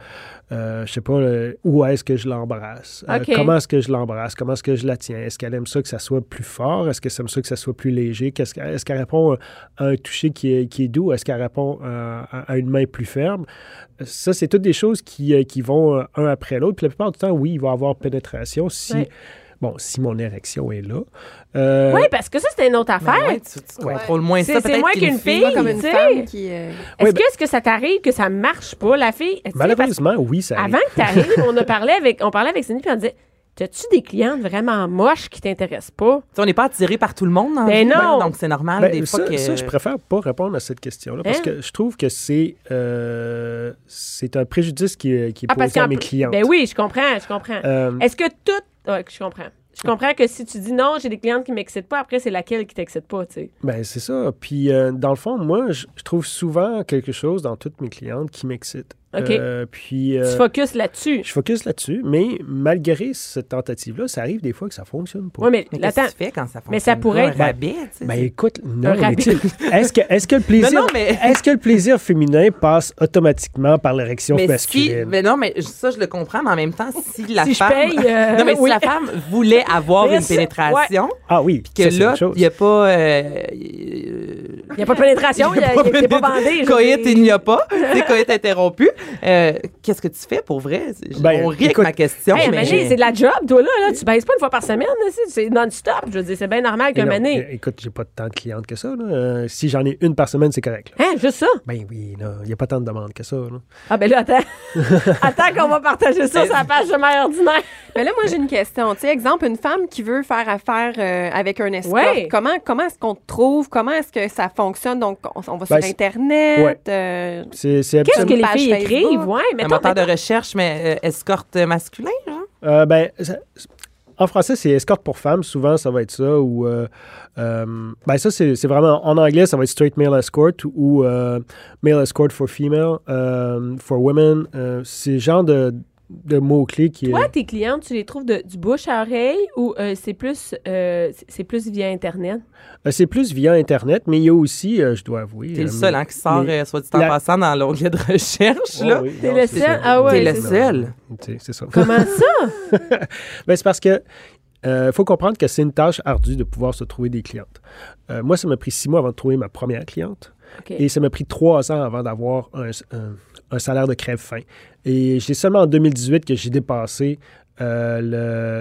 euh, je sais pas, euh, où est-ce que je l'embrasse? Euh,
OK.
comment est-ce que je l'embrasse? Comment est-ce que je la tiens? Est-ce qu'elle aime ça que ça soit plus fort? Est-ce que ça aime ça que ça soit plus léger? Qu'est-ce que- est-ce qu'elle répond à un toucher qui est, qui est doux? Est-ce qu'elle répond euh, à, à une main plus ferme? Ça, c'est toutes des choses qui, euh, qui vont euh, un après l'autre. Puis la plupart du temps, oui, il va y avoir pénétration si...
Ouais.
Bon, si mon érection est là. Euh,
Oui, parce que ça, c'est une autre affaire.
ben Ouais, tu, tu contrôles moins
ben C'est-
ça.
c'est
peut-être
moins
qu'une
qu'une
fille.
fille.
Pas comme une
Tu sais.
femme qui. euh,
Est-ce
Ouais, ben
que, est-ce que ça t'arrive que ça marche pas, la fille? Tu sais, parce que
Malheureusement, oui, ça arrive.
Avant que t'arrives, on a parlé avec, on parlait avec Cindy puis on disait, t'as-tu des clientes vraiment moches qui t'intéressent pas? Ah,
Tu sais, on n'est pas attiré par tout le monde. dans la
Ben
vie,
non.
Donc, c'est normal.
Ben,
des fois
ça,
que...
ça, je préfère pas répondre à cette question-là parce
Hein?
que je trouve que c'est euh, c'est un préjudice qui, est-
Ah,
qui est
parce
posé à mes
qu'en-
clientes.
Ben oui, je comprends, je comprends.
Euh,
Est-ce que toutes. ouais, je comprends. Je comprends que si tu dis non, j'ai des clientes qui m'excitent pas, après, c'est laquelle qui t'excite pas, tu sais.
ben, c'est ça. Puis, euh, dans le fond, moi, je je trouve souvent quelque chose dans toutes mes clientes qui m'excite.
OK.
Euh, puis, euh,
Tu focuses là-dessus.
je focus là-dessus, mais malgré cette tentative-là, ça arrive des fois que ça fonctionne pas.
Oui, mais,
Mais
attends.
qu'est-ce que tu fais quand ça fonctionne
Mais ça pourrait
pas,
être-
un rabais, tu sais,
Ben
c'est-
écoute, non,
Un
mais
rabais.
tu sais, est-ce que, est-ce que le plaisir,
Non, non, mais-
est-ce que le plaisir féminin passe automatiquement par l'érection
mais si,
masculine
mais non, mais ça, je le comprends, mais en même temps, si la
Si je
femme.
paye, euh,
non, mais si
oui.
la femme voulait avoir
Mais
une
ça-
pénétration,
Ah oui,
que
ça, c'est
là,
autre chose.
il n'y a pas. euh, euh,
Il n'y a pas de pénétration, il n'y a, il y a- t'es pas bandé. je
Coït,
veux
il
dire.
n'y a pas. C'est coït interrompu. Euh, Qu'est-ce que tu fais pour vrai? Je-
Ben,
On rit avec
écoute-
ma question.
Hey,
mais...
imagine, c'est de la job, toi, là. là. Tu baises pas une fois par semaine, là, c'est- c'est non-stop. Je veux dire, c'est bien normal
Mais
qu'un
non,
mané.
é- Écoute, j'ai pas tant de clientes que ça. là. Euh, si j'en ai une par semaine, c'est correct. là.
Hein, juste ça?
Ben oui, il n'y a pas tant de demandes que ça. là.
Ah, ben là, attends. attends qu'on va partager
Ben,
ça sur la page de Mère Ordinaire.
Mais là, moi, j'ai une question. Tu sais, exemple, une femme qui veut faire affaire euh, avec un escorte,
Ouais.
comment, comment est-ce qu'on te trouve? Comment est-ce que ça fonctionne? Donc, on, on va
Ben,
sur
c'est-
Internet. euh,
C'est, c'est
Qu'est-ce que
absolument-
les
page
filles
Facebook.
écrivent? Ouais,
Un
mettons,
moteur de recherche, mais euh, escorte masculin, genre?
Euh, ben, ça- en français, c'est escorte pour femmes. Souvent, ça va être ça. Ou, euh, euh, ben ça, c'est, c'est vraiment... En anglais, ça va être straight male escort ou euh, male escort for female, euh, for women. Euh, c'est le genre de, de mots-clés qui...
Toi, tes clientes, tu les trouves de- du bouche à oreille ou euh, c'est plus, euh, c'est- c'est plus via Internet?
Euh, c'est plus via Internet, mais il y a aussi, euh, je dois avouer...
T'es le
euh,
seul hein, qui sort,
mais-
euh, soit dit en
la-
passant, dans l'onglet de recherche,
Oh
là.
oui,
T'es
non,
le
c'est
seul?
ça.
Ah ouais,
T'es le
c'est ça.
seul.
Tu sais, C'est ça.
Comment ça?
Ben, c'est parce que euh, faut comprendre que c'est une tâche ardue de pouvoir se trouver des clientes. Euh, moi, ça m'a pris six mois avant de trouver ma première cliente.
OK.
Et ça m'a pris trois ans avant d'avoir un, un- un salaire de crève fin. Et c'est seulement en 2018 que j'ai dépassé euh,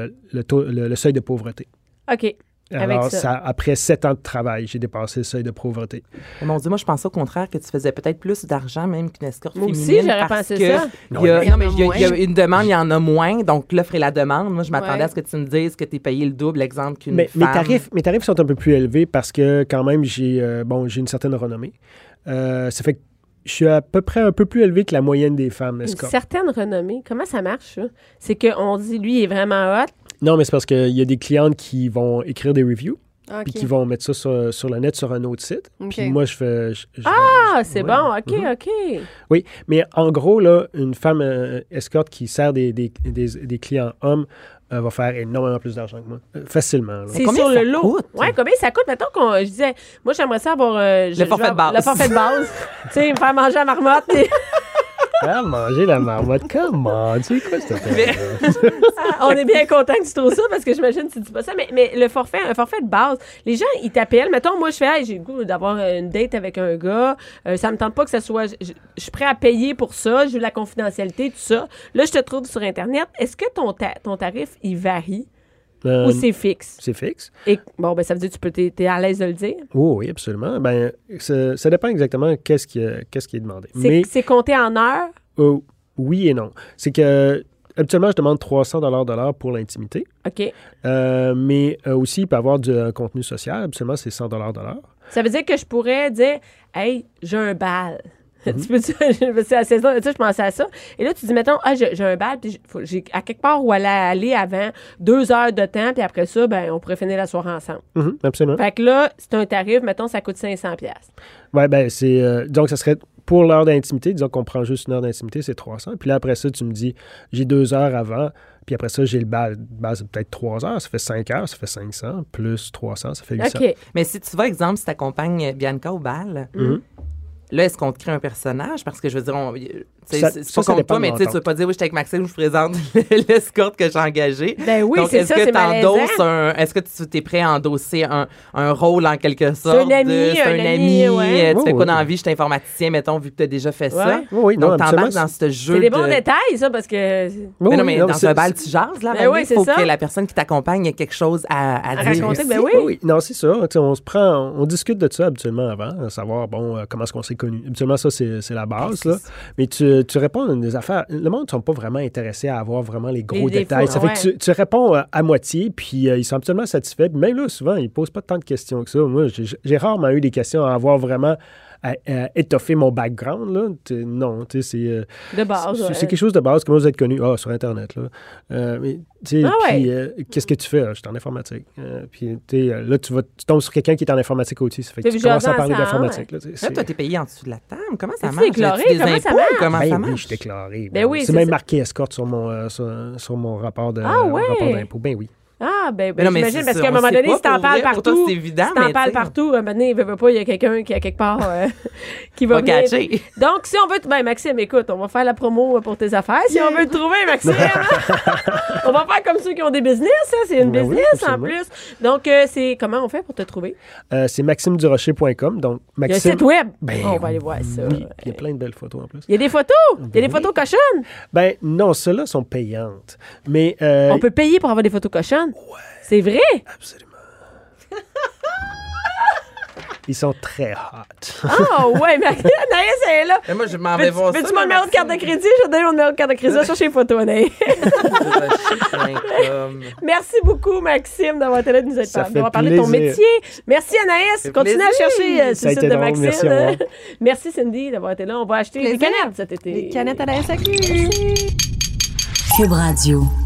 le, le taux- le- le seuil de pauvreté.
OK. Avec
Alors,
ça.
ça, après sept ans de travail, j'ai dépassé le seuil de pauvreté.
Mais Oh Mon Dieu, moi, je pensais au contraire que tu faisais peut-être plus d'argent, même qu'une escorte
Moi aussi,
féminine.
j'aurais
parce
pensé
que
ça.
Il y, a,
Non, mais
il y a- il y a
moins.
une demande, il y en a moins. Donc, l'offre et la demande. Moi, je m'attendais
Ouais.
à ce que tu me dises que tu es payé le double, exemple, qu'une
Mais
femme.
mes tarifs, mes tarifs sont un peu plus élevés parce que quand même, j'ai euh, bon, j'ai une certaine renommée. Euh, ça fait que je suis à peu près un peu plus élevé que la moyenne des femmes
Une
escortes.
certaine renommée. Comment ça marche, ça? C'est qu'on dit, lui, il est vraiment hot.
Non, mais c'est parce qu'il y a des clientes qui vont écrire des reviews,
OK.
puis qui vont mettre ça sur, sur le net, sur un autre site.
OK.
Puis moi, je fais... je- je-
Ah, c'est
Ouais.
bon. OK,
Mm-hmm.
Mhm.
OK.
Oui, mais en gros, là, une femme euh, escorte qui sert des, des- des- des clients hommes euh, va faire énormément plus d'argent que moi. Euh, facilement. là.
C'est
combien
sur
ça
le lot.
coûte?
Ouais, combien ça coûte? Mettons qu'on. Je disais, moi, j'aimerais ça avoir. euh, je- je veux
forfait de
avoir- Le
base.
forfait de base. tu sais, me faire manger à la marmotte.
Ah, manger la marmotte, comment? Tu sais quoi, cette affaire-là?
On est bien content que tu trouves ça parce que j'imagine que tu dis pas ça. Mais, mais le forfait, un forfait de base, les gens, ils t'appellent. Mettons, moi, je fais, Hey, j'ai le goût d'avoir une date avec un gars. Euh, ça me tente pas que ça soit. Je je- je suis prêt à payer pour ça. Je veux la confidentialité, tout ça. Là, je te trouve sur Internet. Est-ce que ton, ta- ton tarif, il varie
Euh,
ou c'est fixe?
c'est fixe.
Et bon, ben, ça veut dire que tu peux, t'es, t'es à l'aise de le dire.
Oh, oui, absolument. Ben, ça, ça dépend exactement qu'est-ce qui, euh, qu'est-ce qui est demandé.
C'est,
Mais
c'est compté en heures.
euh, oui et non. C'est que, habituellement, je demande 300 de l'heure pour l'intimité.
OK.
Euh, mais euh, aussi, il peut y avoir du euh, contenu social. Absolument, c'est 100 de l'heure.
Ça veut dire que je pourrais dire, hey, j'ai un bal. tu peux, tu, c'est la saison, tu sais, je pensais à ça. Et là, tu dis, mettons, ah, j'ai j'ai un bal, puis j'ai- faut- j'ai à quelque part où aller, aller avant deux heures de temps, puis après ça, ben, on pourrait finir la soirée ensemble.
Mm-hmm.
Mhm, absolument.
Fait que là, c'est un tarif, mettons, ça coûte 500$. piastres.
Ouais, ben, c'est. euh, donc, ça serait pour l'heure d'intimité. Disons qu'on prend juste une heure d'intimité, c'est 300. Puis là, après ça, tu me dis, j'ai deux heures avant. Puis après ça, j'ai le bal. Le bal, c'est peut-être trois heures. Ça fait cinq heures, ça fait 500. Plus 300, ça fait 800.
OK.
Mais si tu vas, exemple, si tu accompagnes Bianca au bal,
Mhm.
là, est-ce qu'on te crée un personnage? Parce que je veux dire, on- tu sais,
Ça-
c'est c'est
ça,
pas
ça
contre toi,
dépend de
mais tu sais, tu
l'entente.
veux pas dire, oui, j'étais avec Maxime, je vous présente l'escorte que j'ai engagée.
Ben oui,
Donc,
c'est
est-ce
ça,
que
c'est
t'endosses
malaisant.
un. Est-ce que tu t'es prêt à endosser un, un rôle en quelque sorte? de-
ami,
c'est
un ami, ouais.
euh, Tu fais
Oui,
quoi dans la
oui.
vie? Je suis informaticien, mettons, vu que tu as déjà fait ça.
Ouais.
Oui, oui, non,
Donc, t'embarques
absolument,
dans ce jeu.
C'est des
de-
bons détails, ça, parce que.
Oui,
mais non,
oui,
mais
non,
dans
c'est-
un bal, tu jases, là.
Ben
Valérie,
oui, c'est
faut
ça.
que la personne qui t'accompagne ait quelque chose à, à
À
dire.
raconter,
aussi.
ben oui.
Oui, non, c'est ça. Tu sais, on se prend, on discute de ça habituellement avant, à savoir bon euh, comment est-ce qu'on s'est connu. Habituellement, ça c'est c'est la base là. Mais tu, tu réponds à des affaires. Le monde ne sont pas vraiment intéressés à avoir vraiment les gros
Les défauts,
détails. ça fait que
ouais.
tu, tu réponds euh, à moitié, puis euh, ils sont absolument satisfaits. Puis même là, souvent, ils posent pas tant de questions que ça. Moi, j'ai j'ai rarement eu des questions à avoir vraiment à, à étoffer mon background là. Tu- non, tu sais, c'est euh,
De base,
c'est-
ouais.
C'est quelque chose de base. Comment vous êtes connu? Ah, sur Internet, là. Euh, mais, tu sais,
Ah ouais.
puis, euh, qu'est-ce que tu fais? Ah, Je suis en informatique. Euh, puis, tu sais, euh, là, tu, vas, tu tombes sur quelqu'un qui est en informatique aussi. Ça fait que
T'as
tu
vu
commences à
jaser
parler
ensemble,
d'informatique. là, tu sais,
Là, toi,
c'est-
t'es payé en dessous de la table. Comment ça
Es-tu
marche?
déclaré?
As-tu des
Comment ça
impôts?
marche?
Comment
Ben
ça
oui,
marche?
je suis déclaré.
Ben oui,
c'est
c'est
même
ça.
marqué escorte sur mon, euh, sur, sur mon rapport de
Ah ouais.
rapport d'impôt. Ben oui.
Ah, ben,
Mais
ben
non, mais
j'imagine,
c'est
parce
ça,
qu'à un
on
moment
sait
donné,
pas
si t'en
pour
parles
vrai. Pour toi,
partout.
c'est évident,
si t'en
mais
parles
tu sais.
partout, à un moment donné, il veut veut pas, il y a quelqu'un qui, à quelque part, euh, qui va
Pas
venir.
catché.
Donc, si on veut. t- Ben, Maxime, écoute, on va faire la promo euh, pour tes affaires. Si on veut te trouver, Maxime, on va faire comme ceux qui ont des business. hein, c'est une
Ben oui,
business en
absolument.
plus. Donc, euh, c'est comment on fait pour te trouver?
Euh, c'est maximedurocher.com. Donc,
Il y a un
Maxime.
site web.
Ben,
on va aller voir ça.
Oui, puis il y a plein de belles photos en plus.
Il y a des photos. Il y a des photos cochonnes.
Ben non, celles-là sont payantes. Mais euh,
On peut payer pour avoir des photos cochonnes. C'est vrai?
Absolument. Ils sont très hot.
Ah, ouais, mais Anaïs, elle est là.
Ah, Mais moi, je m'en vais
Veux-tu
voir ça.
veux-tu mon numéro de carte de crédit? Je vais te donner mon numéro de carte de crédit. Je les photos, Anaïs.
euh, crédit.
Merci beaucoup, Maxime, d'avoir été là de nous être
Ça
par- d'avoir
fait
parlé de ton
plaisir.
métier. Merci, Anaïs.
fait
Continue à
plaisir.
chercher euh, sur
Ça a
le site
été
de
drôle.
Maxime.
Merci, au revoir.
Merci, Cindy, d'avoir été là. On va acheter des
Plaisir.
canettes cet été.
Les canettes à la SAQ.
Cube Radio.